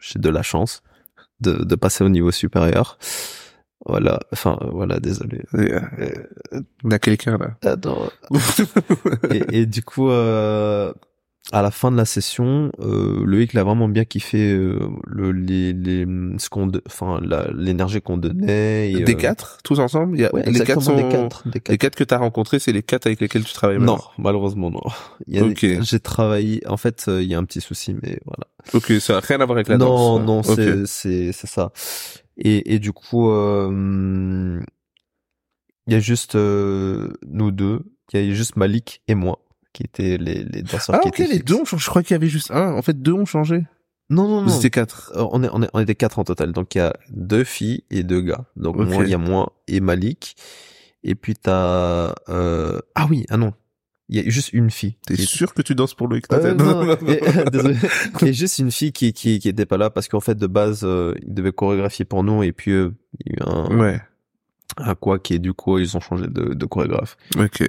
Speaker 3: j'ai de la chance de, de passer au niveau supérieur. Voilà, enfin euh, voilà, désolé.
Speaker 2: Et, euh, On a quelqu'un là.
Speaker 3: Attends. et, et du coup, euh, à la fin de la session, euh, Loïc l'a vraiment bien kiffé euh, le, les, les, ce qu'on, de- enfin, la- l'énergie qu'on donnait. Et,
Speaker 2: des
Speaker 3: euh,
Speaker 2: quatre, tous ensemble. Il y a-
Speaker 3: ouais,
Speaker 2: les quatre
Speaker 3: exactement,
Speaker 2: sont.
Speaker 3: des quatre, des
Speaker 2: Les
Speaker 3: quatre.
Speaker 2: quatre que t'as rencontrés, c'est les quatre avec lesquels tu travailles maintenant.
Speaker 3: Non, malheureusement non. Il y a-
Speaker 2: Ok.
Speaker 3: J'ai travaillé. En fait, euh, il y a un petit souci, mais voilà.
Speaker 2: Ok, ça a rien à voir avec la
Speaker 3: non,
Speaker 2: danse.
Speaker 3: non,
Speaker 2: Ok.
Speaker 3: c'est c'est c'est ça. Et et du coup, euh, hum, il y a juste euh, nous deux. Il y a juste Malik et moi qui étaient les les danseurs
Speaker 2: Ah
Speaker 3: qui
Speaker 2: ok,
Speaker 3: étaient
Speaker 2: les
Speaker 3: fixes.
Speaker 2: deux ont changé. Je crois qu'il y avait juste un. En fait, deux ont changé.
Speaker 3: Non, non,
Speaker 2: Vous
Speaker 3: non.
Speaker 2: étiez quatre.
Speaker 3: Euh, On, est, on, est, on était quatre en total. Donc, il y a deux filles et deux gars. Donc,
Speaker 2: Ok.
Speaker 3: moi, il y a moi et Malik. Et puis, t'as... Euh... Ah oui, ah non. Il y a juste une fille.
Speaker 2: T'es
Speaker 3: Et-
Speaker 2: sûr que tu danses pour Loïc
Speaker 3: Euh,
Speaker 2: Tatel
Speaker 3: non, non, et- désolé. Il y a juste une fille qui, qui, qui était pas là parce qu'en fait, de base, euh, ils devaient chorégraphier pour nous. Et puis, euh, il y a eu un,
Speaker 2: Ouais.
Speaker 3: un quoi qui est du coup, ils ont changé de, de chorégraphe.
Speaker 2: Ok.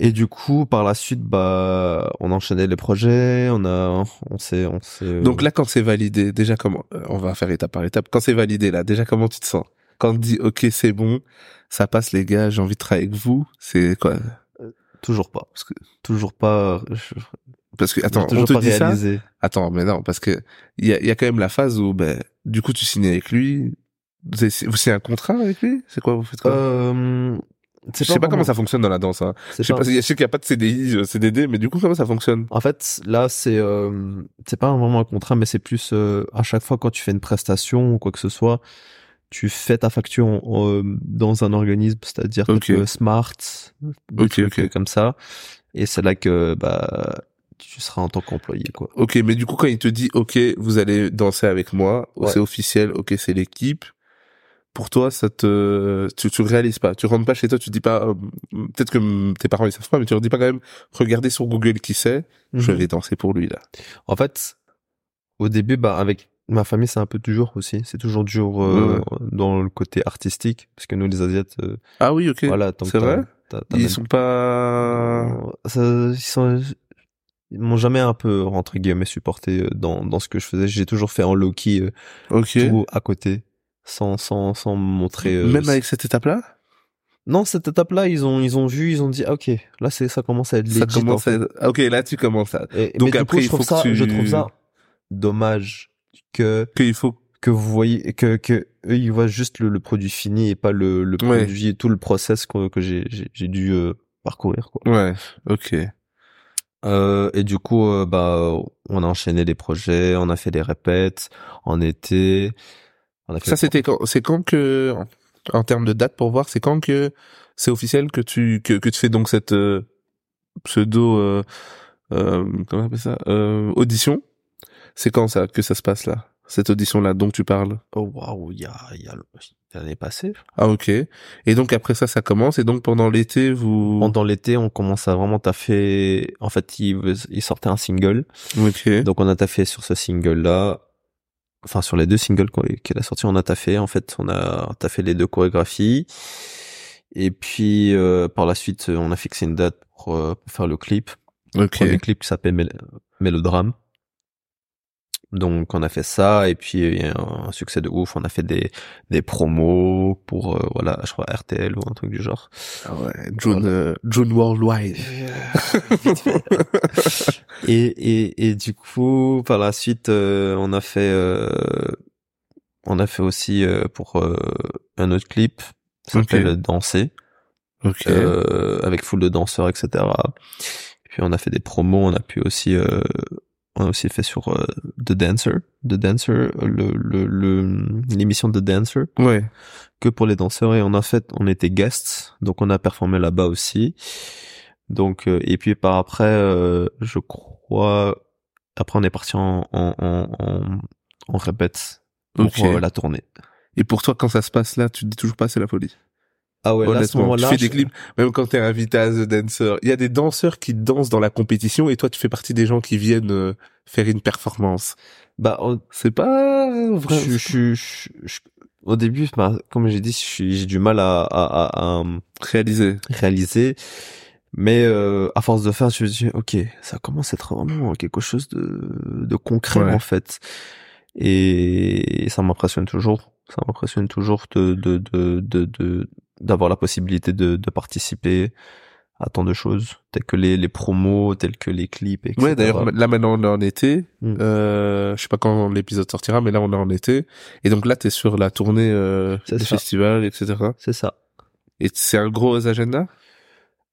Speaker 3: Et du coup, par la suite, bah, on enchaînait les projets. On a, on s'est, on s'est...
Speaker 2: Donc là, quand c'est validé, déjà comment euh, On va faire étape par étape. Quand c'est validé, là, déjà comment tu te sens Quand on te dit OK, c'est bon, ça passe, les gars, j'ai envie de travailler avec vous, c'est quoi
Speaker 3: Toujours pas.
Speaker 2: Parce que-
Speaker 3: Toujours pas. je-
Speaker 2: Parce que attends,
Speaker 3: J'ai
Speaker 2: on
Speaker 3: toujours
Speaker 2: te
Speaker 3: pas
Speaker 2: dit ça.
Speaker 3: réalisé.
Speaker 2: Attends, mais non, parce que il y a, il y a quand même la phase où, ben, du coup, tu signes avec lui. Vous avez- Vous signez un contrat avec lui C'est quoi Vous faites quoi
Speaker 3: Euh,
Speaker 2: Je sais pas, comment ça fonctionne dans la danse. Hein. Je sais pas, je sais qu'il y a pas de CDI, euh, CDD, mais du coup, comment ça fonctionne
Speaker 3: En fait, là, c'est euh, c'est pas vraiment un contrat, mais c'est plus euh, à chaque fois quand tu fais une prestation ou quoi que ce soit, tu fais ta facture en- euh, dans un organisme, c'est-à-dire
Speaker 2: Ok.
Speaker 3: type, euh, Smart, des
Speaker 2: Ok,
Speaker 3: trucs,
Speaker 2: ok.
Speaker 3: euh, comme ça, et c'est là que bah tu seras en tant qu'employé quoi.
Speaker 2: Ok, mais du coup, quand il te dit, ok, vous allez danser avec moi,
Speaker 3: Ouais.
Speaker 2: c'est officiel, ok, c'est l'équipe. Pour toi, ça te, tu, tu le réalises pas, tu rentres pas chez toi, tu te dis pas, euh, peut-être que mm, tes parents ils savent pas, mais tu leur dis pas quand même, regardez sur Google qui c'est, je vais danser pour lui là.
Speaker 3: Mhm. En fait, au début, bah, avec ma famille, c'est un peu toujours aussi. C'est toujours dur euh, dans le côté artistique, parce que nous, les Asiates, euh,
Speaker 2: Ah oui, ok.
Speaker 3: voilà, tant que
Speaker 2: c'est
Speaker 3: t'as-
Speaker 2: vrai
Speaker 3: t'as- t'as
Speaker 2: Ils
Speaker 3: même-
Speaker 2: sont pas,
Speaker 3: Euh, Ça- ils sont- ils m'ont jamais un peu entre guillemets supporté euh, dans, dans ce que je faisais. J'ai toujours fait en low key euh,
Speaker 2: ok.
Speaker 3: tout à côté, sans sans sans me montrer. euh,
Speaker 2: Même avec cette étape là,
Speaker 3: Non, cette étape là, ils ont ils ont vu, ils ont dit ah, ok, là c'est ça commence à être
Speaker 2: ça
Speaker 3: legit, en
Speaker 2: commence
Speaker 3: fait.
Speaker 2: à, être- ah, ok, là tu commences à,
Speaker 3: Et-
Speaker 2: Donc
Speaker 3: mais du
Speaker 2: après,
Speaker 3: coup,
Speaker 2: il
Speaker 3: je trouve
Speaker 2: faut
Speaker 3: ça
Speaker 2: que tu-
Speaker 3: je trouve ça dommage que
Speaker 2: qu'il faut,
Speaker 3: que vous voyez que que eux ils voient juste le, le produit fini et pas le le
Speaker 2: Ouais.
Speaker 3: produit et tout le process que, que j'ai j'ai j'ai dû euh, parcourir quoi.
Speaker 2: ouais, ok.
Speaker 3: Euh, et du coup, euh, bah, on a enchaîné les projets, on a fait les répètes en été. On a fait
Speaker 2: Ça, c'était quand, c'est quand que, en termes de date pour voir, c'est quand que c'est officiel que tu, que, que tu fais donc cette euh, pseudo, euh, euh, comment on appelle ça, euh, audition. C'est quand ça, que ça se passe là? Cette audition-là dont tu parles.
Speaker 3: Oh waouh, il y a, il y a l'année passée.
Speaker 2: Ah, ok. Et donc après ça, ça commence. Et donc pendant l'été, vous.
Speaker 3: Pendant l'été, on commence à vraiment taffer. En fait, il, il sortait un single,
Speaker 2: Ok.
Speaker 3: donc on a taffé sur ce single là. Enfin, sur les deux singles qu'on- qu'il a sortis, on a taffé. En fait, on a taffé les deux chorégraphies. Et puis, euh, par la suite, on a fixé une date pour, euh, pour faire le clip.
Speaker 2: Ok.
Speaker 3: premier clip qui s'appelle Mél- Mélodrame. Donc on a fait ça et puis il y a eu un succès de ouf. On a fait des des promos pour euh, voilà, je crois RTL ou un truc du genre.
Speaker 2: Ah ouais. June, euh, June Worldwide.
Speaker 3: et et et du coup par la suite euh, on a fait euh, on a fait aussi euh, pour euh, un autre clip qui
Speaker 2: Ok.
Speaker 3: s'appelle Danser
Speaker 2: Ok.
Speaker 3: euh, avec foule de danseurs, etc. Puis on a fait des promos, on a pu aussi, euh, on a aussi fait sur euh, The Dancer, The Dancer, euh, le le- le- l'émission The Dancer
Speaker 2: ouais.
Speaker 3: que pour les danseurs et on a fait, on était guests, donc on a performé là-bas aussi. Donc euh, et puis par après, euh, je crois Après, on est parti en, en, en, en, en répète pour
Speaker 2: Ok.
Speaker 3: euh, la tournée.
Speaker 2: Et pour toi, quand ça se passe là, tu te dis toujours pas c'est la folie.
Speaker 3: Ah ouais, là, à ce
Speaker 2: Honnêtement, tu
Speaker 3: moment-là,
Speaker 2: fais
Speaker 3: je-
Speaker 2: des clips, même quand t'es invité à The Dancer. Il y a des danseurs qui dansent dans la compétition et toi, tu fais partie des gens qui viennent euh, faire une performance.
Speaker 3: Bah, on-
Speaker 2: C'est pas vrai.
Speaker 3: je, je- je- je- au début, bah, comme j'ai dit, je suis- j'ai du mal à, à, à- à
Speaker 2: Réalisé.
Speaker 3: réaliser. Mais euh, à force de faire, je me suis dit, ok, ça commence à être vraiment quelque chose de, de concret
Speaker 2: Ouais.
Speaker 3: en fait. Et, ça m'impressionne toujours. Ça m'impressionne toujours de de de de- de- d'avoir la possibilité de, de participer à tant de choses, telles que les, les promos, telles que les clips, etc.
Speaker 2: Ouais, d'ailleurs, ma- là maintenant on est en été.
Speaker 3: Mm.
Speaker 2: Euh, je sais pas quand l'épisode sortira, mais là on est en été. Et donc là, t'es sur la tournée euh,
Speaker 3: C'est
Speaker 2: des
Speaker 3: ça.
Speaker 2: festivals, etc.
Speaker 3: c'est ça.
Speaker 2: Et c'est un gros agenda.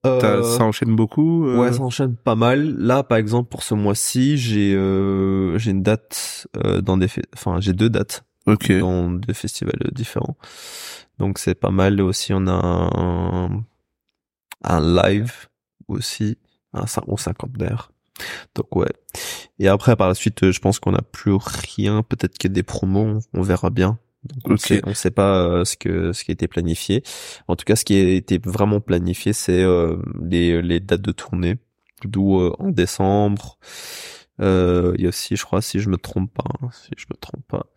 Speaker 2: T'as-
Speaker 3: Euh,
Speaker 2: Ça enchaîne beaucoup. euh,
Speaker 3: Ouais, ça enchaîne pas mal. Là, par exemple, pour ce mois-ci, j'ai euh, j'ai une date euh, dans des, fe- enfin, j'ai deux dates
Speaker 2: Ok.
Speaker 3: dans deux festivals euh, différents. Donc c'est pas mal aussi. On a un, un live aussi, un cin- au cinquantenaire. Donc ouais. Et après par la suite, euh, je pense qu'on n'a plus rien. Peut-être que des promos, on verra bien. Donc, on,
Speaker 2: Ok.
Speaker 3: sait, on sait pas euh, ce que ce qui a été planifié. En tout cas, ce qui a été vraiment planifié, c'est euh, les les dates de tournée. D'où euh, en décembre. Euh, Il y a aussi, je crois, si je me trompe pas, hein, si je me trompe pas,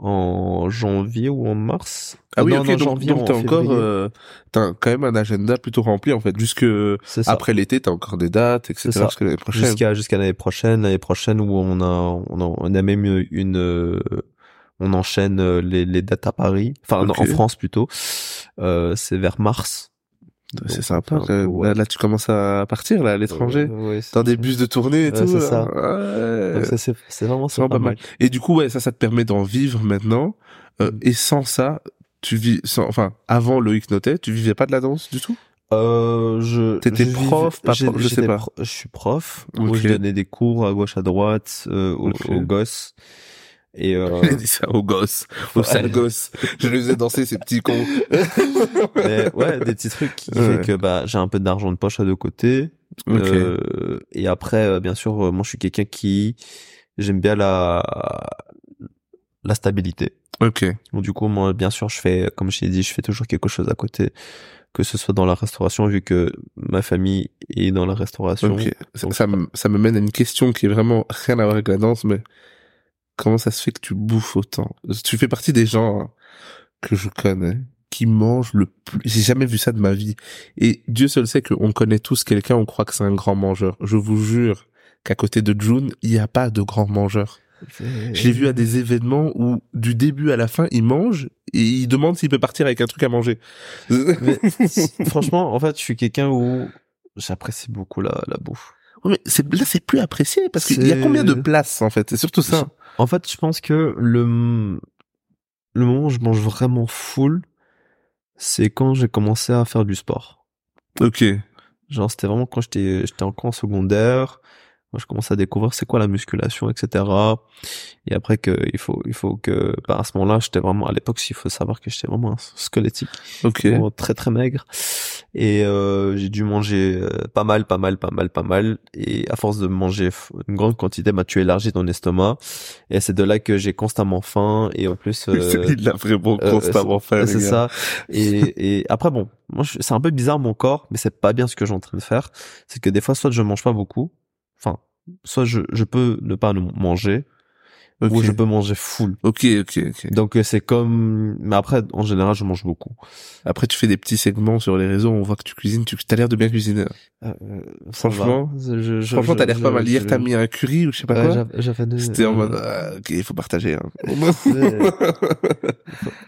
Speaker 3: en janvier ou en mars.
Speaker 2: Ah oui,
Speaker 3: non,
Speaker 2: ok,
Speaker 3: non,
Speaker 2: donc,
Speaker 3: janvier,
Speaker 2: donc
Speaker 3: en
Speaker 2: t'as encore,
Speaker 3: février.
Speaker 2: euh, t'as quand même un agenda plutôt rempli en fait. Jusque
Speaker 3: C'est ça.
Speaker 2: après l'été, t'as encore des dates, etc.
Speaker 3: C'est ça.
Speaker 2: Jusqu'à l'année prochaine.
Speaker 3: Jusqu'à jusqu'à l'année prochaine, l'année prochaine où on a on a, on a même une euh, on enchaîne euh, les, les dates à Paris, enfin non,
Speaker 2: Ok.
Speaker 3: en France plutôt. Euh, c'est vers mars.
Speaker 2: C'est sympa.
Speaker 3: Donc, c'est un
Speaker 2: quand même.
Speaker 3: peu, ouais.
Speaker 2: Là, là, tu commences à partir là à l'étranger,
Speaker 3: Euh, Ouais, ouais, c'est-
Speaker 2: dans des bus de tournée et
Speaker 3: Ouais,
Speaker 2: tout.
Speaker 3: c'est
Speaker 2: là.
Speaker 3: ça.
Speaker 2: Ouais.
Speaker 3: Donc ça, c'est c'est vraiment
Speaker 2: euh, C'est vraiment pas mal. Et du coup, ouais, ça, ça te permet d'en vivre maintenant. Euh,
Speaker 3: Mm.
Speaker 2: Et sans ça, tu vis, sans, enfin, avant Loïc Notet, tu vivais pas de la danse du tout
Speaker 3: Euh, je
Speaker 2: T'étais
Speaker 3: je
Speaker 2: prof,
Speaker 3: vivais-
Speaker 2: pas
Speaker 3: j'ai-
Speaker 2: prof, je sais
Speaker 3: j'étais
Speaker 2: pas.
Speaker 3: pro- je suis prof.
Speaker 2: Ok.
Speaker 3: Où je donnais des cours à gauche à droite euh, aux,
Speaker 2: Ok.
Speaker 3: aux gosses. Et euh,
Speaker 2: Il a dit ça aux gosses, aux sales gosses. Je les faisais danser, ces petits cons.
Speaker 3: mais ouais, des petits trucs qui
Speaker 2: Ouais.
Speaker 3: fait que bah j'ai un peu d'argent de poche à deux côtés.
Speaker 2: Ok.
Speaker 3: Euh, et après, euh, bien sûr, euh, moi je suis quelqu'un qui j'aime bien la la stabilité.
Speaker 2: Ok.
Speaker 3: Donc du coup, moi, bien sûr, je fais, comme je t'ai dit, je fais toujours quelque chose à côté, que ce soit dans la restauration, vu que ma famille est dans la restauration.
Speaker 2: Ok. Ça,
Speaker 3: Donc, euh,
Speaker 2: ça me, ça me mène à une question qui est vraiment rien à voir avec la danse, mais comment ça se fait que tu bouffes autant Tu fais partie des gens hein, que je connais qui mangent le plus. J'ai jamais vu ça de ma vie. Et Dieu seul sait qu'on connaît tous quelqu'un, on croit que c'est un grand mangeur. Je vous jure qu'à côté de June, il n'y a pas de grand mangeur. Je l'ai vu à des événements où du début à la fin, il mange et il demande s'il peut partir avec un truc à manger.
Speaker 3: Mais franchement, en fait, je suis quelqu'un où j'apprécie beaucoup la, la bouffe.
Speaker 2: Ouais, mais c'est, là, c'est plus apprécié parce qu'il y a
Speaker 3: C'est-
Speaker 2: combien de places en fait C'est surtout ça.
Speaker 3: En fait, je pense que le, le moment où je mange vraiment full, c'est quand j'ai commencé à faire du sport.
Speaker 2: Ok.
Speaker 3: Genre, c'était vraiment quand j'étais, j'étais encore en secondaire. Moi, je commençais à découvrir c'est quoi la musculation, etc. Et après que, il faut, il faut que, bah, à ce moment-là, j'étais vraiment, à l'époque, il faut savoir que j'étais vraiment un squelettique.
Speaker 2: Ok.
Speaker 3: Vraiment très très maigre et euh, j'ai dû manger euh, pas mal pas mal pas mal pas mal et à force de manger f- une grande quantité bah tu élargis ton estomac et c'est de là que j'ai constamment faim et en plus euh,
Speaker 2: il l'a vraiment
Speaker 3: euh,
Speaker 2: constamment fait.
Speaker 3: c'est
Speaker 2: les gars.
Speaker 3: ça et, et après bon moi je- c'est un peu bizarre mon corps mais c'est pas bien ce que j'ai en train de faire c'est que des fois soit je mange pas beaucoup enfin soit je, je peux ne pas ne- manger
Speaker 2: Ok.
Speaker 3: ou je peux manger full
Speaker 2: ok, ok, ok.
Speaker 3: donc euh, c'est comme mais après en général je mange beaucoup
Speaker 2: Après, tu fais des petits segments sur les réseaux, on voit que tu cuisines, tu as l'air de bien cuisiner.
Speaker 3: Euh, euh, ça
Speaker 2: Franchement,
Speaker 3: va. Je- je-
Speaker 2: Franchement,
Speaker 3: je-
Speaker 2: t'as l'air pas
Speaker 3: je-
Speaker 2: mal. Hier,
Speaker 3: je-
Speaker 2: t'as mis un curry ou je sais pas
Speaker 3: Ouais,
Speaker 2: quoi.
Speaker 3: j'avais- j'avais deux-
Speaker 2: C'était en
Speaker 3: euh,
Speaker 2: mode, ah, ok, il faut partager. hein.
Speaker 3: euh,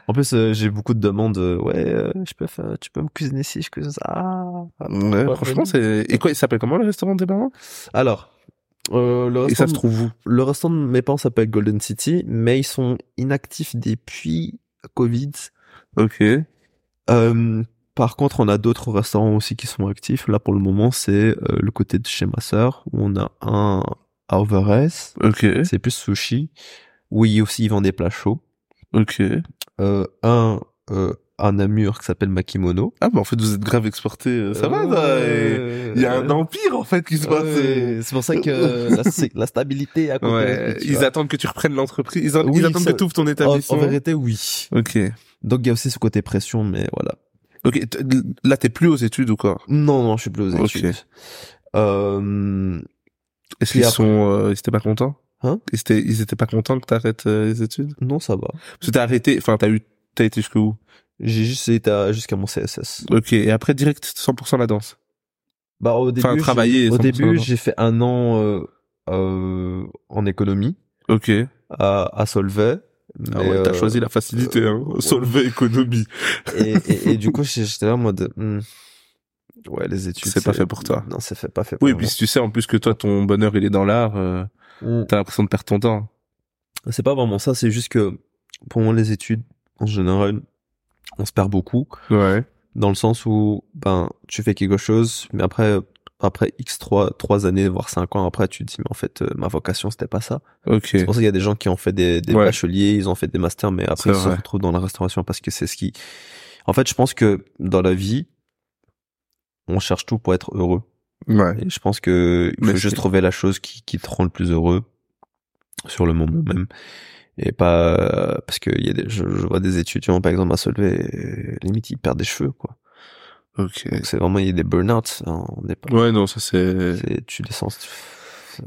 Speaker 3: en plus, euh, j'ai beaucoup de demandes. euh, ouais, euh, je peux faire, tu peux me cuisiner si je cuisine ça. Ah.
Speaker 2: Ouais, franchement, c'est. Et quoi, il s'appelle comment le restaurant des parents
Speaker 3: Alors, euh, le,
Speaker 2: Et
Speaker 3: restaurant,
Speaker 2: ça se trouve où
Speaker 3: le restaurant de mes parents s'appelle Golden City, mais ils sont inactifs depuis Covid.
Speaker 2: Ok.
Speaker 3: Euh, par contre, on a d'autres restaurants aussi qui sont actifs. Là, pour le moment, c'est euh, le côté de chez ma sœur où on a un à Overest.
Speaker 2: Ok.
Speaker 3: C'est plus sushi. Oui, aussi, ils vendent des plats chauds.
Speaker 2: Ok.
Speaker 3: Euh, un euh, à Namur qui s'appelle Makimono.
Speaker 2: Ah, mais en fait, vous êtes grave exporté. euh, Ça va, là. et Il y a un empire, en fait, qui se passe. et-
Speaker 3: Ouais, C'est pour ça que euh, la, c'est- la stabilité à côté.
Speaker 2: Ouais, ils attendent que tu reprennes l'entreprise. Ils, en-
Speaker 3: Oui,
Speaker 2: ils attendent
Speaker 3: ça-
Speaker 2: que tu ouvres ton
Speaker 3: en,
Speaker 2: établissement.
Speaker 3: en vérité, oui.
Speaker 2: ok.
Speaker 3: Donc il y a aussi ce côté pression, mais voilà.
Speaker 2: Ok. t- Là, t'es plus aux études ou quoi
Speaker 3: Non, non, je suis plus aux
Speaker 2: Ok.
Speaker 3: études. Euh,
Speaker 2: Est-ce
Speaker 3: Et
Speaker 2: qu'ils
Speaker 3: après-
Speaker 2: sont, euh, ils étaient pas contents
Speaker 3: Hein
Speaker 2: ils étaient, ils étaient pas contents que t'arrêtes euh, les études
Speaker 3: non, ça va.
Speaker 2: Parce que t'as arrêté. Enfin, t'as eu, t'as été jusqu'où
Speaker 3: J'ai juste été à- jusqu'à mon CSS.
Speaker 2: Ok. Et après, direct 100% la danse.
Speaker 3: Bah au début,
Speaker 2: Enfin,
Speaker 3: j'ai-
Speaker 2: travailler.
Speaker 3: au
Speaker 2: 100% la
Speaker 3: début,
Speaker 2: danse.
Speaker 3: j'ai fait un an euh, euh, en économie
Speaker 2: Ok.
Speaker 3: à, à Solvay.
Speaker 2: Ah
Speaker 3: mais,
Speaker 2: ouais, t'as
Speaker 3: euh,
Speaker 2: choisi la facilité,
Speaker 3: euh,
Speaker 2: hein.
Speaker 3: ouais.
Speaker 2: Solvay économie.
Speaker 3: et, et, et du coup, j'ai- j'étais là en mode. hmm, Ouais, les études.
Speaker 2: C'est pas fait pour toi.
Speaker 3: Non, c'est fait pas fait.
Speaker 2: Oui, et
Speaker 3: pour
Speaker 2: puis si tu sais en plus que toi, ton bonheur, il est dans l'art, euh,
Speaker 3: moi. Hmm.
Speaker 2: t'as l'impression de perdre ton temps. Mm.
Speaker 3: C'est pas vraiment ça. C'est juste que pour moi, les études en général, on se perd beaucoup
Speaker 2: Ouais.
Speaker 3: dans le sens où ben tu fais quelque chose, mais après après X 3 trois années voire cinq ans après, tu te dis mais en fait euh, ma vocation c'était pas ça.
Speaker 2: Ok.
Speaker 3: C'est pour ça qu'il y a des gens qui ont fait des, des
Speaker 2: Ouais.
Speaker 3: bacheliers, ils ont fait des masters, mais après
Speaker 2: C'est
Speaker 3: ils se
Speaker 2: vrai.
Speaker 3: retrouvent dans la restauration parce que c'est ce qui. En fait, je pense que dans la vie, on cherche tout pour être heureux.
Speaker 2: Ouais.
Speaker 3: Et je pense que il
Speaker 2: Mais
Speaker 3: faut
Speaker 2: c'est-
Speaker 3: juste trouver la chose qui, qui te rend le plus heureux sur le moment même. Et pas euh, parce que il y a des, je, je vois des étudiants par exemple à Solvay, et limite ils perdent des cheveux quoi.
Speaker 2: Ok.
Speaker 3: Donc c'est vraiment il y a des burn-out, hein, on n'est pas.
Speaker 2: Ouais, non, ça c'est.
Speaker 3: c'est- Tu les sens.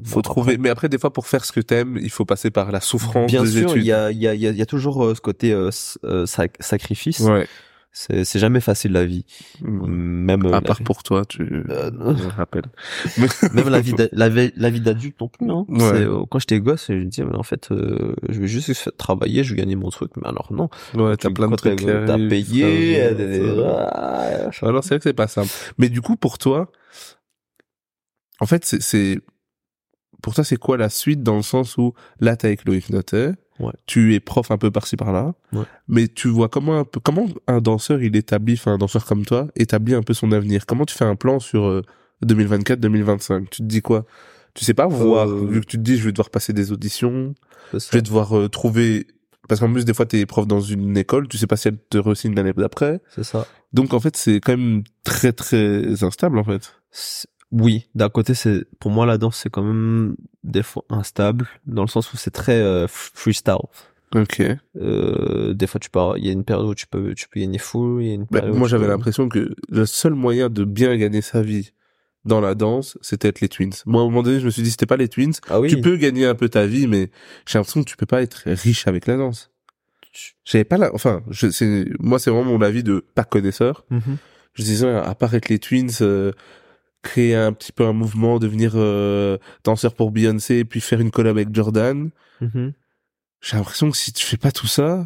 Speaker 2: Faut
Speaker 3: Bon,
Speaker 2: trouver. Mais après, des fois, pour faire ce que t'aimes, il faut passer par la souffrance
Speaker 3: Bien
Speaker 2: des
Speaker 3: sûr,
Speaker 2: études.
Speaker 3: il y a, il y, a, il y a- il y a toujours euh, ce côté euh, s- euh, sac- sacrifice.
Speaker 2: Ouais.
Speaker 3: C'est c'est jamais facile la vie.
Speaker 2: Mm.
Speaker 3: Même euh,
Speaker 2: À
Speaker 3: la,
Speaker 2: part
Speaker 3: vie-
Speaker 2: pour toi, tu.
Speaker 3: Euh, non.
Speaker 2: Je rappelle.
Speaker 3: même la vie d'a- la, vie- la vie d'adulte non plus. Hein.
Speaker 2: Ouais.
Speaker 3: C'est, euh, quand j'étais gosse, je me disais mais en fait, euh, je vais juste faire- travailler, je vais gagner mon truc. Mais alors non.
Speaker 2: Ouais, t'as
Speaker 3: Tu-
Speaker 2: plein de
Speaker 3: quand
Speaker 2: trucs. qui
Speaker 3: T'as, t'as
Speaker 2: arrivent,
Speaker 3: payé.
Speaker 2: ça,
Speaker 3: euh, des- des-
Speaker 2: ça.
Speaker 3: ah,
Speaker 2: Ah non, c'est vrai que c'est pas simple. Mais du coup, pour toi, en fait, c'est- c'est, pour toi, c'est quoi la suite dans le sens où là, t'es avec Loïc Notet,
Speaker 3: Ouais.
Speaker 2: tu es prof un peu par-ci par-là,
Speaker 3: Ouais.
Speaker 2: mais tu vois comment un peu, comment un danseur, il établit, enfin, un danseur comme toi, établit un peu son avenir. Comment tu fais un plan sur euh, 2024, 2025? Tu te dis quoi? Tu sais pas voir,
Speaker 3: Euh.
Speaker 2: vu que tu te dis, je vais devoir passer des auditions, je
Speaker 3: c'est ça.
Speaker 2: vais devoir euh, trouver, parce qu'en plus, des fois, t'es prof dans une école, tu sais pas si elle te re-signe l'année d'après.
Speaker 3: C'est ça.
Speaker 2: Donc en fait, c'est quand même très très instable en fait.
Speaker 3: C'est- Oui, d'un côté, c'est pour moi la danse, c'est quand même des fois instable dans le sens où c'est très euh, f- freestyle.
Speaker 2: Ok.
Speaker 3: Euh, des fois, tu pars. Il y a une période où tu peux, tu peux gagner full. Il y a une période où
Speaker 2: Bah, moi
Speaker 3: tu
Speaker 2: j'avais
Speaker 3: peux-
Speaker 2: l'impression que le seul moyen de bien gagner sa vie dans la danse, c'était être les twins. Moi à un moment donné, je me suis dit c'était pas les twins.
Speaker 3: Ah oui.
Speaker 2: Tu peux gagner un peu ta vie, mais j'ai l'impression que tu peux pas être riche avec la danse. J'avais pas la, enfin, je, c'est, moi c'est vraiment mon avis de pas connaisseur.
Speaker 3: Mhm.
Speaker 2: Je disais à part être les twins, euh, créer un petit peu un mouvement, devenir euh, danseur pour Beyoncé, puis faire une collab avec Jordan.
Speaker 3: Mhm.
Speaker 2: j'ai l'impression que si tu fais pas tout ça,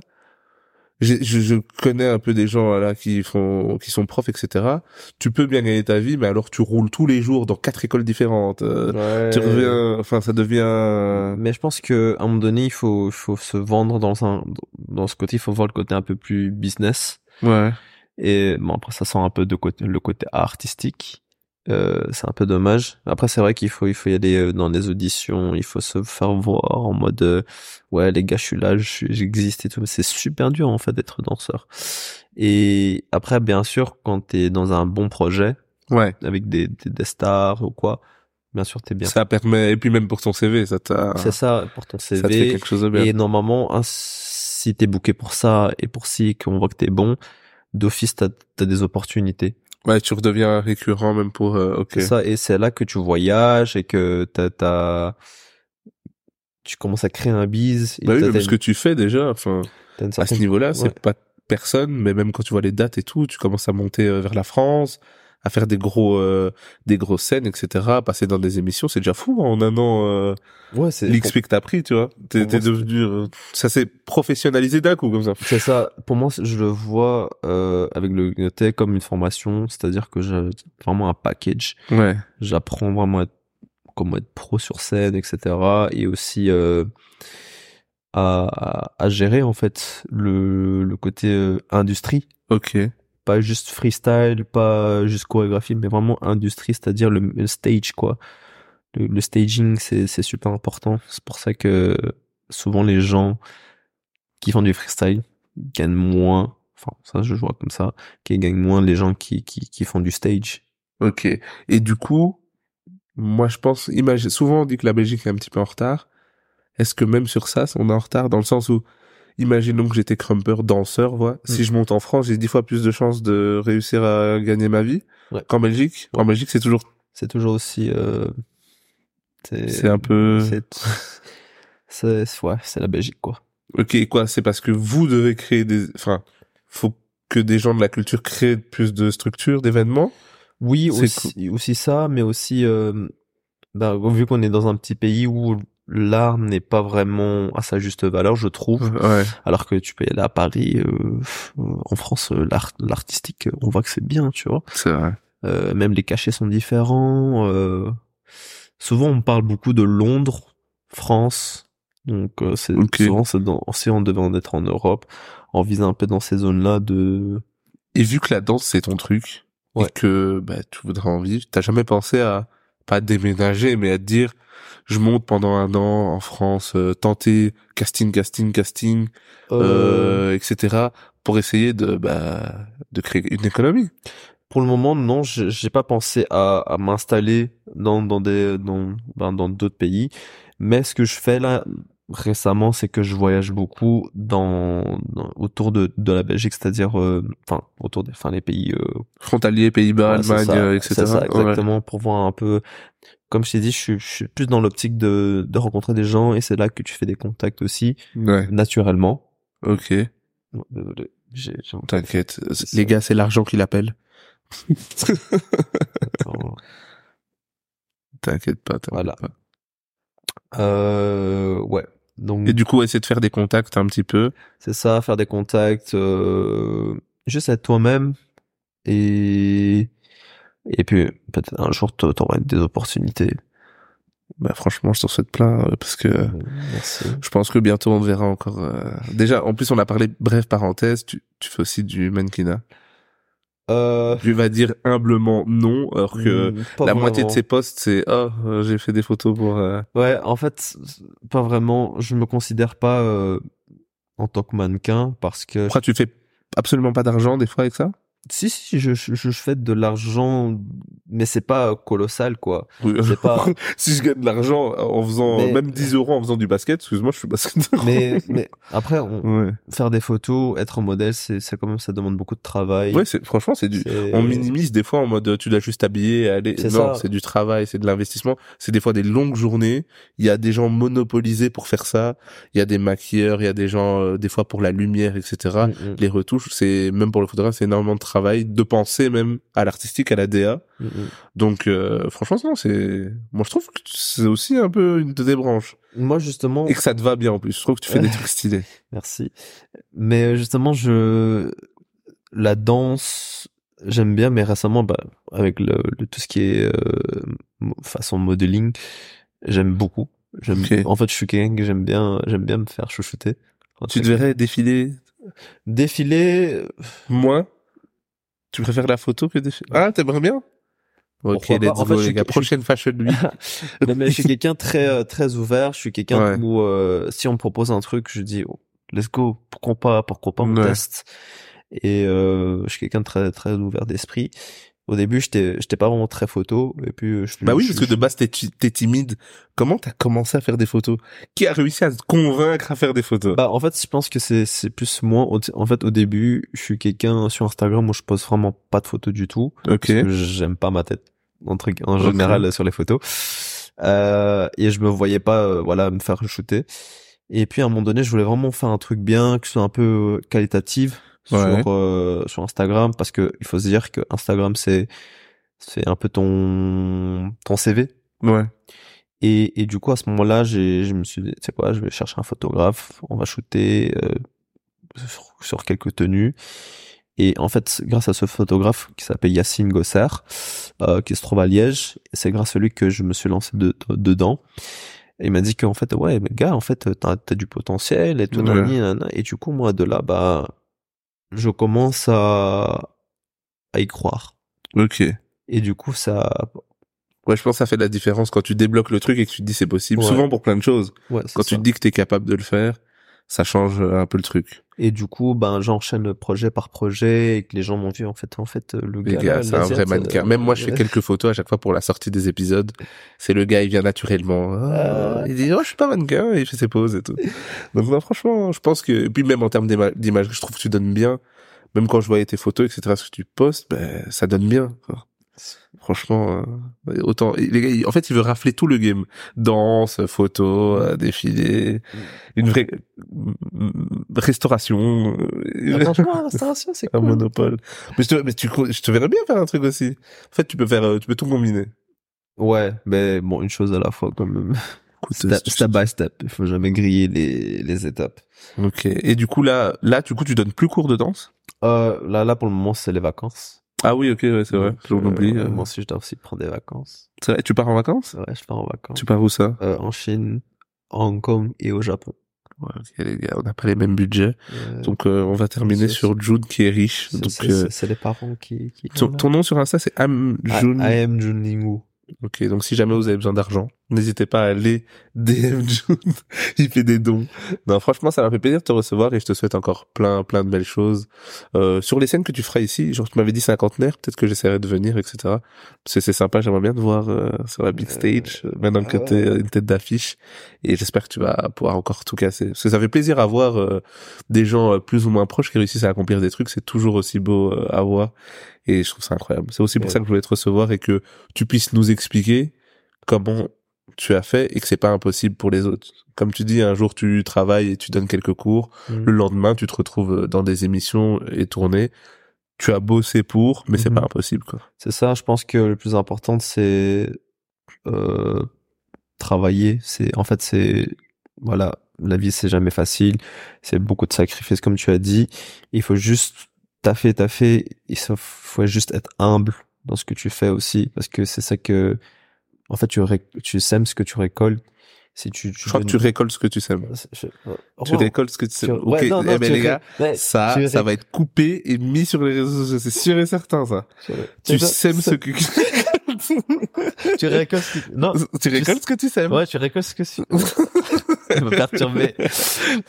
Speaker 2: j'ai- je, je connais un peu des gens là qui font, qui sont profs, etc. Tu peux bien gagner ta vie, mais alors tu roules tous les jours dans quatre écoles différentes. euh, Tu
Speaker 3: Ouais.
Speaker 2: reviens, euh, enfin ça devient.
Speaker 3: Mais je pense que à un moment donné, il faut, il faut se vendre dans un, dans ce côté, il faut voir le côté un peu plus business.
Speaker 2: Ouais.
Speaker 3: Et bon, après, ça sent un peu de côté, le côté artistique. Euh, c'est un peu dommage. Après, c'est vrai qu'il faut, il faut y aller euh, dans les auditions, il faut se faire voir en mode, euh, ouais, les gars, je suis là, je suis- j'existe et tout. Mais c'est super dur, en fait, d'être danseur. Et après, bien sûr, quand t'es dans un bon projet,
Speaker 2: Ouais.
Speaker 3: avec des, des, des stars ou quoi, bien sûr, t'es bien.
Speaker 2: Ça permet, et puis même pour ton CV, ça t'a.
Speaker 3: C'est ça, pour ton CV.
Speaker 2: Ça te fait quelque chose de bien.
Speaker 3: Et normalement, hein, si t'es booké pour ça et pour si qu'on voit que t'es bon, d'office t'as as des opportunités.
Speaker 2: Ouais, tu redeviens récurrent même pour. euh, ok.
Speaker 3: C'est ça et c'est là que tu voyages et que t'as t'as- tu commences à créer un bise. et
Speaker 2: Bah oui,
Speaker 3: t'as-
Speaker 2: mais
Speaker 3: t'as
Speaker 2: parce
Speaker 3: une-
Speaker 2: que tu fais déjà, enfin,
Speaker 3: t'as une
Speaker 2: à ce
Speaker 3: certaine-
Speaker 2: niveau-là,
Speaker 3: ouais.
Speaker 2: c'est pas personne, mais même quand tu vois les dates et tout, tu commences à monter euh, vers la France, à faire des gros, euh, des grosses scènes, etc., à passer dans des émissions, c'est déjà fou, hein, en un an, euh,
Speaker 3: Ouais, c'est pour-
Speaker 2: l'XP que t'as pris, tu vois. T'es,
Speaker 3: pour
Speaker 2: t'es
Speaker 3: moi, c'est-
Speaker 2: devenu, euh, ça s'est professionnalisé d'un coup, comme ça.
Speaker 3: c'est ça. Pour moi, c'est- je le vois euh, avec le Gnoté comme une formation, c'est-à-dire que j'ai vraiment un package.
Speaker 2: Ouais.
Speaker 3: j'apprends vraiment à être- comment être pro sur scène, etc. Et aussi euh, à, à- à gérer en fait le, le côté euh, industrie,
Speaker 2: Ok.
Speaker 3: pas juste freestyle, pas juste chorégraphie, mais vraiment industrie, c'est-à-dire le, le stage quoi. Le, le staging c'est c'est super important. C'est pour ça que souvent les gens qui font du freestyle gagnent moins, Enfin, ça, je vois comme ça. Qui gagnent moins les gens qui, qui, qui font du stage.
Speaker 2: Ok. Et du coup, moi, je pense, imagine, souvent on dit que la Belgique est un petit peu en retard. Est-ce que même sur ça, on est en retard dans le sens où, imaginons que j'étais crumper danseur, voilà. Si je monte en France, j'ai dix fois plus de chances de réussir à gagner ma vie
Speaker 3: Ouais.
Speaker 2: qu'en Belgique. En Belgique, c'est toujours,
Speaker 3: C'est toujours aussi. Euh,
Speaker 2: c'est un peu.
Speaker 3: C'est. c'est- ouais, c'est la Belgique, quoi.
Speaker 2: Ok, et quoi C'est parce que vous devez créer des. Enfin, faut que des gens de la culture créent plus de structures, d'événements.
Speaker 3: Oui,
Speaker 2: C'est
Speaker 3: aussi, aussi ça, mais aussi, euh, bah, vu qu'on est dans un petit pays où l'art n'est pas vraiment à sa juste valeur, je trouve,
Speaker 2: Ouais.
Speaker 3: alors que tu peux y aller à Paris, euh, euh, en France, euh, l'art, l'artistique, euh, on voit que c'est bien, tu vois.
Speaker 2: C'est vrai.
Speaker 3: Euh, même les cachets sont différents. euh, souvent, on parle beaucoup de Londres, France. Donc, euh, c'est
Speaker 2: Ok.
Speaker 3: souvent, c'est dans, si on devait en être en Europe, on visait un peu dans ces zones-là de,
Speaker 2: Et vu que la danse c'est ton truc
Speaker 3: Ouais.
Speaker 2: et que bah, tu voudrais en vivre, t'as jamais pensé à pas déménager, mais à te dire je monte pendant un an en France, euh, tenter casting, casting, casting,
Speaker 3: Euh,
Speaker 2: euh, etc. pour essayer de bah de créer une économie.
Speaker 3: Pour le moment, non, j'ai j'ai pas pensé à, à m'installer dans, dans des, dans, ben, dans d'autres pays. Mais ce que je fais là, récemment, c'est que je voyage beaucoup dans, dans- autour de, de la Belgique, c'est-à-dire, euh, enfin, autour des, enfin, les pays, euh,
Speaker 2: Frontalier, Pays-Bas,
Speaker 3: ouais, c'est
Speaker 2: Allemagne,
Speaker 3: ça,
Speaker 2: euh, etc.
Speaker 3: c'est ça,
Speaker 2: Ouais.
Speaker 3: exactement, pour voir un peu, comme je t'ai dit, je suis, je suis plus dans l'optique de, de rencontrer des gens et c'est là que tu fais des contacts aussi,
Speaker 2: Ouais.
Speaker 3: naturellement.
Speaker 2: Ok.
Speaker 3: Ouais, Désolé, j'ai, j'ai mon
Speaker 2: T'inquiète.
Speaker 3: C'est
Speaker 2: Les
Speaker 3: ça.
Speaker 2: gars, c'est l'argent qui l'appelle.
Speaker 3: téléphone.
Speaker 2: T'inquiète pas. t'inquiète
Speaker 3: Voilà.
Speaker 2: pas.
Speaker 3: Euh, ouais. Donc,
Speaker 2: Et du coup, essayer de faire des contacts un petit peu.
Speaker 3: C'est ça, faire des contacts, euh, juste être toi-même et et puis peut-être un jour t'a- t'auras des opportunités.
Speaker 2: Bah franchement, je t'en souhaite plein euh, parce que
Speaker 3: Euh, Merci.
Speaker 2: Je pense que bientôt on te verra encore. euh, Déjà, en plus on a parlé, bref parenthèse, tu, tu fais aussi du mannequinat.
Speaker 3: Euh,
Speaker 2: Tu vas dire humblement non, alors que
Speaker 3: hmm,
Speaker 2: la
Speaker 3: pas
Speaker 2: moitié de
Speaker 3: vraiment.
Speaker 2: ses posts c'est « Oh, euh, j'ai fait des photos pour... euh,
Speaker 3: Ouais, en fait, c'est- pas vraiment. Je me considère pas euh, en tant que mannequin parce que
Speaker 2: Pourquoi tu fais absolument pas d'argent des fois avec ça
Speaker 3: si si je je, je fais de l'argent, mais c'est pas colossal quoi.
Speaker 2: Oui.
Speaker 3: C'est pas.
Speaker 2: Si je gagne de l'argent en faisant,
Speaker 3: Mais-
Speaker 2: même 10 euros en faisant du basket, excuse-moi, je suis basketteur.
Speaker 3: mais mais après, on-
Speaker 2: Ouais,
Speaker 3: faire des photos, être modèle, c'est ça quand même ça demande beaucoup de travail.
Speaker 2: ouais c'est- franchement c'est du...
Speaker 3: C'est-
Speaker 2: On minimise des fois en mode tu dois juste t'habiller, aller.
Speaker 3: C'est
Speaker 2: Non,
Speaker 3: ça.
Speaker 2: c'est du travail, c'est de l'investissement. C'est des fois des longues journées. Il y a des gens monopolisés pour faire ça. Il y a des maquilleurs, il y a des gens euh, des fois pour la lumière, etc.
Speaker 3: Mm,
Speaker 2: Les retouches, c'est même pour le photographe, c'est énormément de travail, de penser même à l'artistique, à la DA.
Speaker 3: mm, mm,
Speaker 2: Donc euh, franchement, non, c'est. Moi, je trouve que c'est aussi un peu une de tes branches
Speaker 3: mm. Moi justement,
Speaker 2: et que ça te va bien en plus. Je trouve que tu fais des trucs stylés.
Speaker 3: merci. Mais euh, justement, je la danse, j'aime bien, mais récemment, bah, avec le, le- tout ce qui est euh, mo- façon modeling, j'aime beaucoup. J'aime.
Speaker 2: Ok.
Speaker 3: En fait, je suis quelqu'un que j'aime bien, j'aime bien me faire chouchouter. Quand
Speaker 2: Tu
Speaker 3: c'est-
Speaker 2: devrais défiler
Speaker 3: défiler. euh,
Speaker 2: moins. Tu préfères la photo que défiler Ah, t'aimerais bien Ok,
Speaker 3: Pourquoi pas
Speaker 2: let's
Speaker 3: En fait,
Speaker 2: go, les
Speaker 3: je suis-
Speaker 2: gars.
Speaker 3: je suis-
Speaker 2: Prochaine fashion week.
Speaker 3: non, mais je suis quelqu'un très euh, très ouvert. Je suis quelqu'un
Speaker 2: Ouais.
Speaker 3: où euh, si on me propose un truc, je dis oh, let's go, pourquoi pas, pourquoi pas on
Speaker 2: Ouais.
Speaker 3: teste. Et euh, je suis quelqu'un de très très ouvert d'esprit. Au début, j'étais j'étais pas vraiment très photo et puis euh, je
Speaker 2: Bah oui,
Speaker 3: je-
Speaker 2: parce que de base, t'es, ti- t'es timide. Comment t'as commencé à faire des photos Qui a réussi à te convaincre à faire des photos
Speaker 3: Bah, en fait, je pense que c'est, c'est plus moi. Au- En fait, au début, je suis quelqu'un sur Instagram où je pose vraiment pas de photos du tout.
Speaker 2: Ok.
Speaker 3: Parce que j'aime pas ma tête. En, truc, en
Speaker 2: Ok.
Speaker 3: général, sur les photos. Euh, et je me voyais pas, euh, voilà, me faire shooter. Et puis, à un moment donné, je voulais vraiment faire un truc bien, que ce soit un peu euh, qualitative
Speaker 2: Ouais.
Speaker 3: sur, euh, sur Instagram. Parce que il faut se dire que Instagram, c'est, c'est un peu ton, ton CV.
Speaker 2: Ouais.
Speaker 3: Et, et du coup, à ce moment-là, j'ai, je me suis dit, tu sais quoi, je vais chercher un photographe, on va shooter euh, sur, sur quelques tenues. Et en fait, grâce à ce photographe qui s'appelle Yacine Gosser, euh, qui se trouve à Liège, c'est grâce à lui que je me suis lancé de- de- dedans. Et il m'a dit qu'en fait, ouais, mais gars, en fait, t'as, t'as du potentiel et tout.
Speaker 2: Ouais.
Speaker 3: nani, nana. Et du coup, moi, de là, bah, je commence à, à y croire.
Speaker 2: Ok.
Speaker 3: Et du coup, ça...
Speaker 2: Ouais, je pense que ça fait de la différence quand tu débloques le truc et que tu te dis c'est possible.
Speaker 3: Ouais.
Speaker 2: Souvent pour plein de choses.
Speaker 3: Ouais, c'est
Speaker 2: Quand
Speaker 3: ça.
Speaker 2: tu te dis que t'es capable de le faire, ça change un peu le truc.
Speaker 3: Et du coup, ben, j'enchaîne projet par projet et que les gens m'ont vu, en fait, en fait, le
Speaker 2: Les
Speaker 3: gars.
Speaker 2: gars,
Speaker 3: là,
Speaker 2: c'est un
Speaker 3: l'Asiate,
Speaker 2: vrai mannequin.
Speaker 3: euh,
Speaker 2: Même moi, je fais
Speaker 3: ouais.
Speaker 2: quelques photos à chaque fois pour la sortie des épisodes. C'est le gars, il vient naturellement. Ah, il dit, oh, je suis pas mannequin, et il fait ses poses et tout. Donc, non, franchement, je pense que, et puis même en termes d'ima- d'imagerie, je trouve que tu donnes bien. Même quand je voyais tes photos, etc., ce que tu postes, ben, ça donne bien. quoi. Franchement, euh, autant, et les gars, il- en fait, il veut rafler tout le game. Danse, photo, euh, défilé, une vraie mm, mm, restauration, euh,
Speaker 3: Ah, franchement, la restauration, c'est
Speaker 2: un
Speaker 3: cool.
Speaker 2: monopole. Mais, je te, mais tu, je te verrais bien faire un truc aussi. En fait, tu peux faire, euh, tu peux tout combiner.
Speaker 3: Ouais, mais bon, une chose à la fois, quand même. Step,
Speaker 2: c'est-
Speaker 3: step by step. Il faut jamais griller les, les étapes.
Speaker 2: Ok. Et du coup, là, là, du coup, tu donnes plus cours de danse?
Speaker 3: Euh, là, là, pour le moment, c'est les vacances.
Speaker 2: Ah oui, ok, ouais, c'est vrai.
Speaker 3: Donc,
Speaker 2: Je l'oublie.
Speaker 3: euh,
Speaker 2: euh.
Speaker 3: Moi aussi, je dois aussi prendre des vacances.
Speaker 2: C'est vrai, tu pars en vacances?
Speaker 3: C'est vrai, je pars en vacances.
Speaker 2: Tu pars où ça?
Speaker 3: Euh, en Chine, à Hong Kong et au Japon.
Speaker 2: Ouais, ok, les gars, on n'a pas les mêmes budgets.
Speaker 3: Euh,
Speaker 2: Donc, euh, on va terminer
Speaker 3: c'est-
Speaker 2: sur June qui est riche.
Speaker 3: c'est-
Speaker 2: Donc,
Speaker 3: c'est
Speaker 2: euh,
Speaker 3: c'est- c'est les parents qui. qui
Speaker 2: ton, ton nom sur Insta, c'est Am June.
Speaker 3: I, I am Junlingwu.
Speaker 2: Ok, donc si jamais vous avez besoin d'argent, n'hésitez pas à aller DM June. Il fait des dons. Non, franchement, ça m'a fait plaisir de te recevoir et je te souhaite encore plein, plein de belles choses. Euh, sur les scènes que tu feras ici, genre tu m'avais dit cinquantenaire, peut-être que j'essaierai de venir, etc. C'est, c'est sympa, j'aimerais bien te voir euh, sur la big
Speaker 3: Euh,
Speaker 2: stage, euh, maintenant que
Speaker 3: ouais.
Speaker 2: t'es euh, une tête d'affiche. Et j'espère que tu vas pouvoir encore tout casser. Parce que ça fait plaisir à voir euh, des gens euh, plus ou moins proches qui réussissent à accomplir des trucs. C'est toujours aussi beau euh, à voir. Et je trouve ça incroyable. C'est aussi pour
Speaker 3: Ouais.
Speaker 2: ça que je voulais te recevoir et que tu puisses nous expliquer comment tu as fait et que c'est pas impossible pour les autres. Comme tu dis, un jour tu travailles et tu donnes quelques cours,
Speaker 3: Mhm.
Speaker 2: le lendemain tu te retrouves euh, dans des émissions et tournées. Tu as bossé pour, mais c'est
Speaker 3: Mhm.
Speaker 2: pas impossible quoi.
Speaker 3: C'est ça, je pense que le plus important, c'est euh, travailler. C'est en fait, c'est voilà, la vie, c'est jamais facile. C'est beaucoup de sacrifices, comme tu as dit. Il faut juste taffer, taffer. Il faut- faut juste être humble dans ce que tu fais aussi, parce que c'est ça que, en fait, tu, ré- tu sèmes ce que tu récoltes. Si tu,
Speaker 2: Je crois que tu récoltes ce que tu sèmes.
Speaker 3: oh,
Speaker 2: Tu récoltes ce que tu sèmes. Ok, eh ben, les gars, ça,
Speaker 3: tu
Speaker 2: ça
Speaker 3: ré-
Speaker 2: va être coupé et mis sur les réseaux sociaux. C'est sûr et certain ça. Tu sèmes ce que
Speaker 3: tu récoltes. ce que- Non,
Speaker 2: tu récoltes ce que tu sèmes.
Speaker 3: Ouais, tu récoltes ce que c'est. Ça m'a perturbé.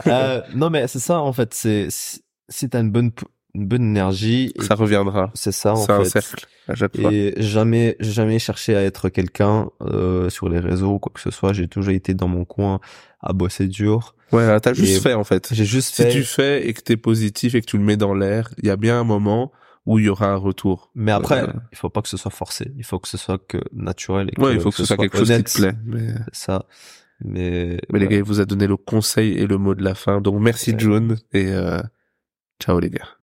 Speaker 3: Euh, non, mais c'est ça, en fait. C'est, c'est- si t'as une bonne, p- une bonne énergie, et
Speaker 2: Ça reviendra.
Speaker 3: c'est ça, en
Speaker 2: C'est un
Speaker 3: fait.
Speaker 2: cercle à chaque fois.
Speaker 3: Et jamais, j'ai jamais cherché à être quelqu'un, euh, sur les réseaux ou quoi que ce soit. J'ai toujours été dans mon coin à bosser dur.
Speaker 2: Ouais, ah, t'as juste
Speaker 3: et-
Speaker 2: fait en fait.
Speaker 3: J'ai juste
Speaker 2: Si
Speaker 3: fait.
Speaker 2: tu fais et que t'es positif et que tu le mets dans l'air, il y a bien un moment où il y aura un retour.
Speaker 3: Mais après,
Speaker 2: Voilà.
Speaker 3: il faut pas que ce soit forcé. Il faut que ce soit que naturel. Et
Speaker 2: Ouais, il faut que, ce soit quelque chose
Speaker 3: honnête.
Speaker 2: qui te plaît. Mais,
Speaker 3: C'est Ça. Mais,
Speaker 2: mais les
Speaker 3: ouais.
Speaker 2: gars, il vous a donné le conseil et le mot de la fin. Donc merci
Speaker 3: Ouais.
Speaker 2: June et euh, ciao les gars.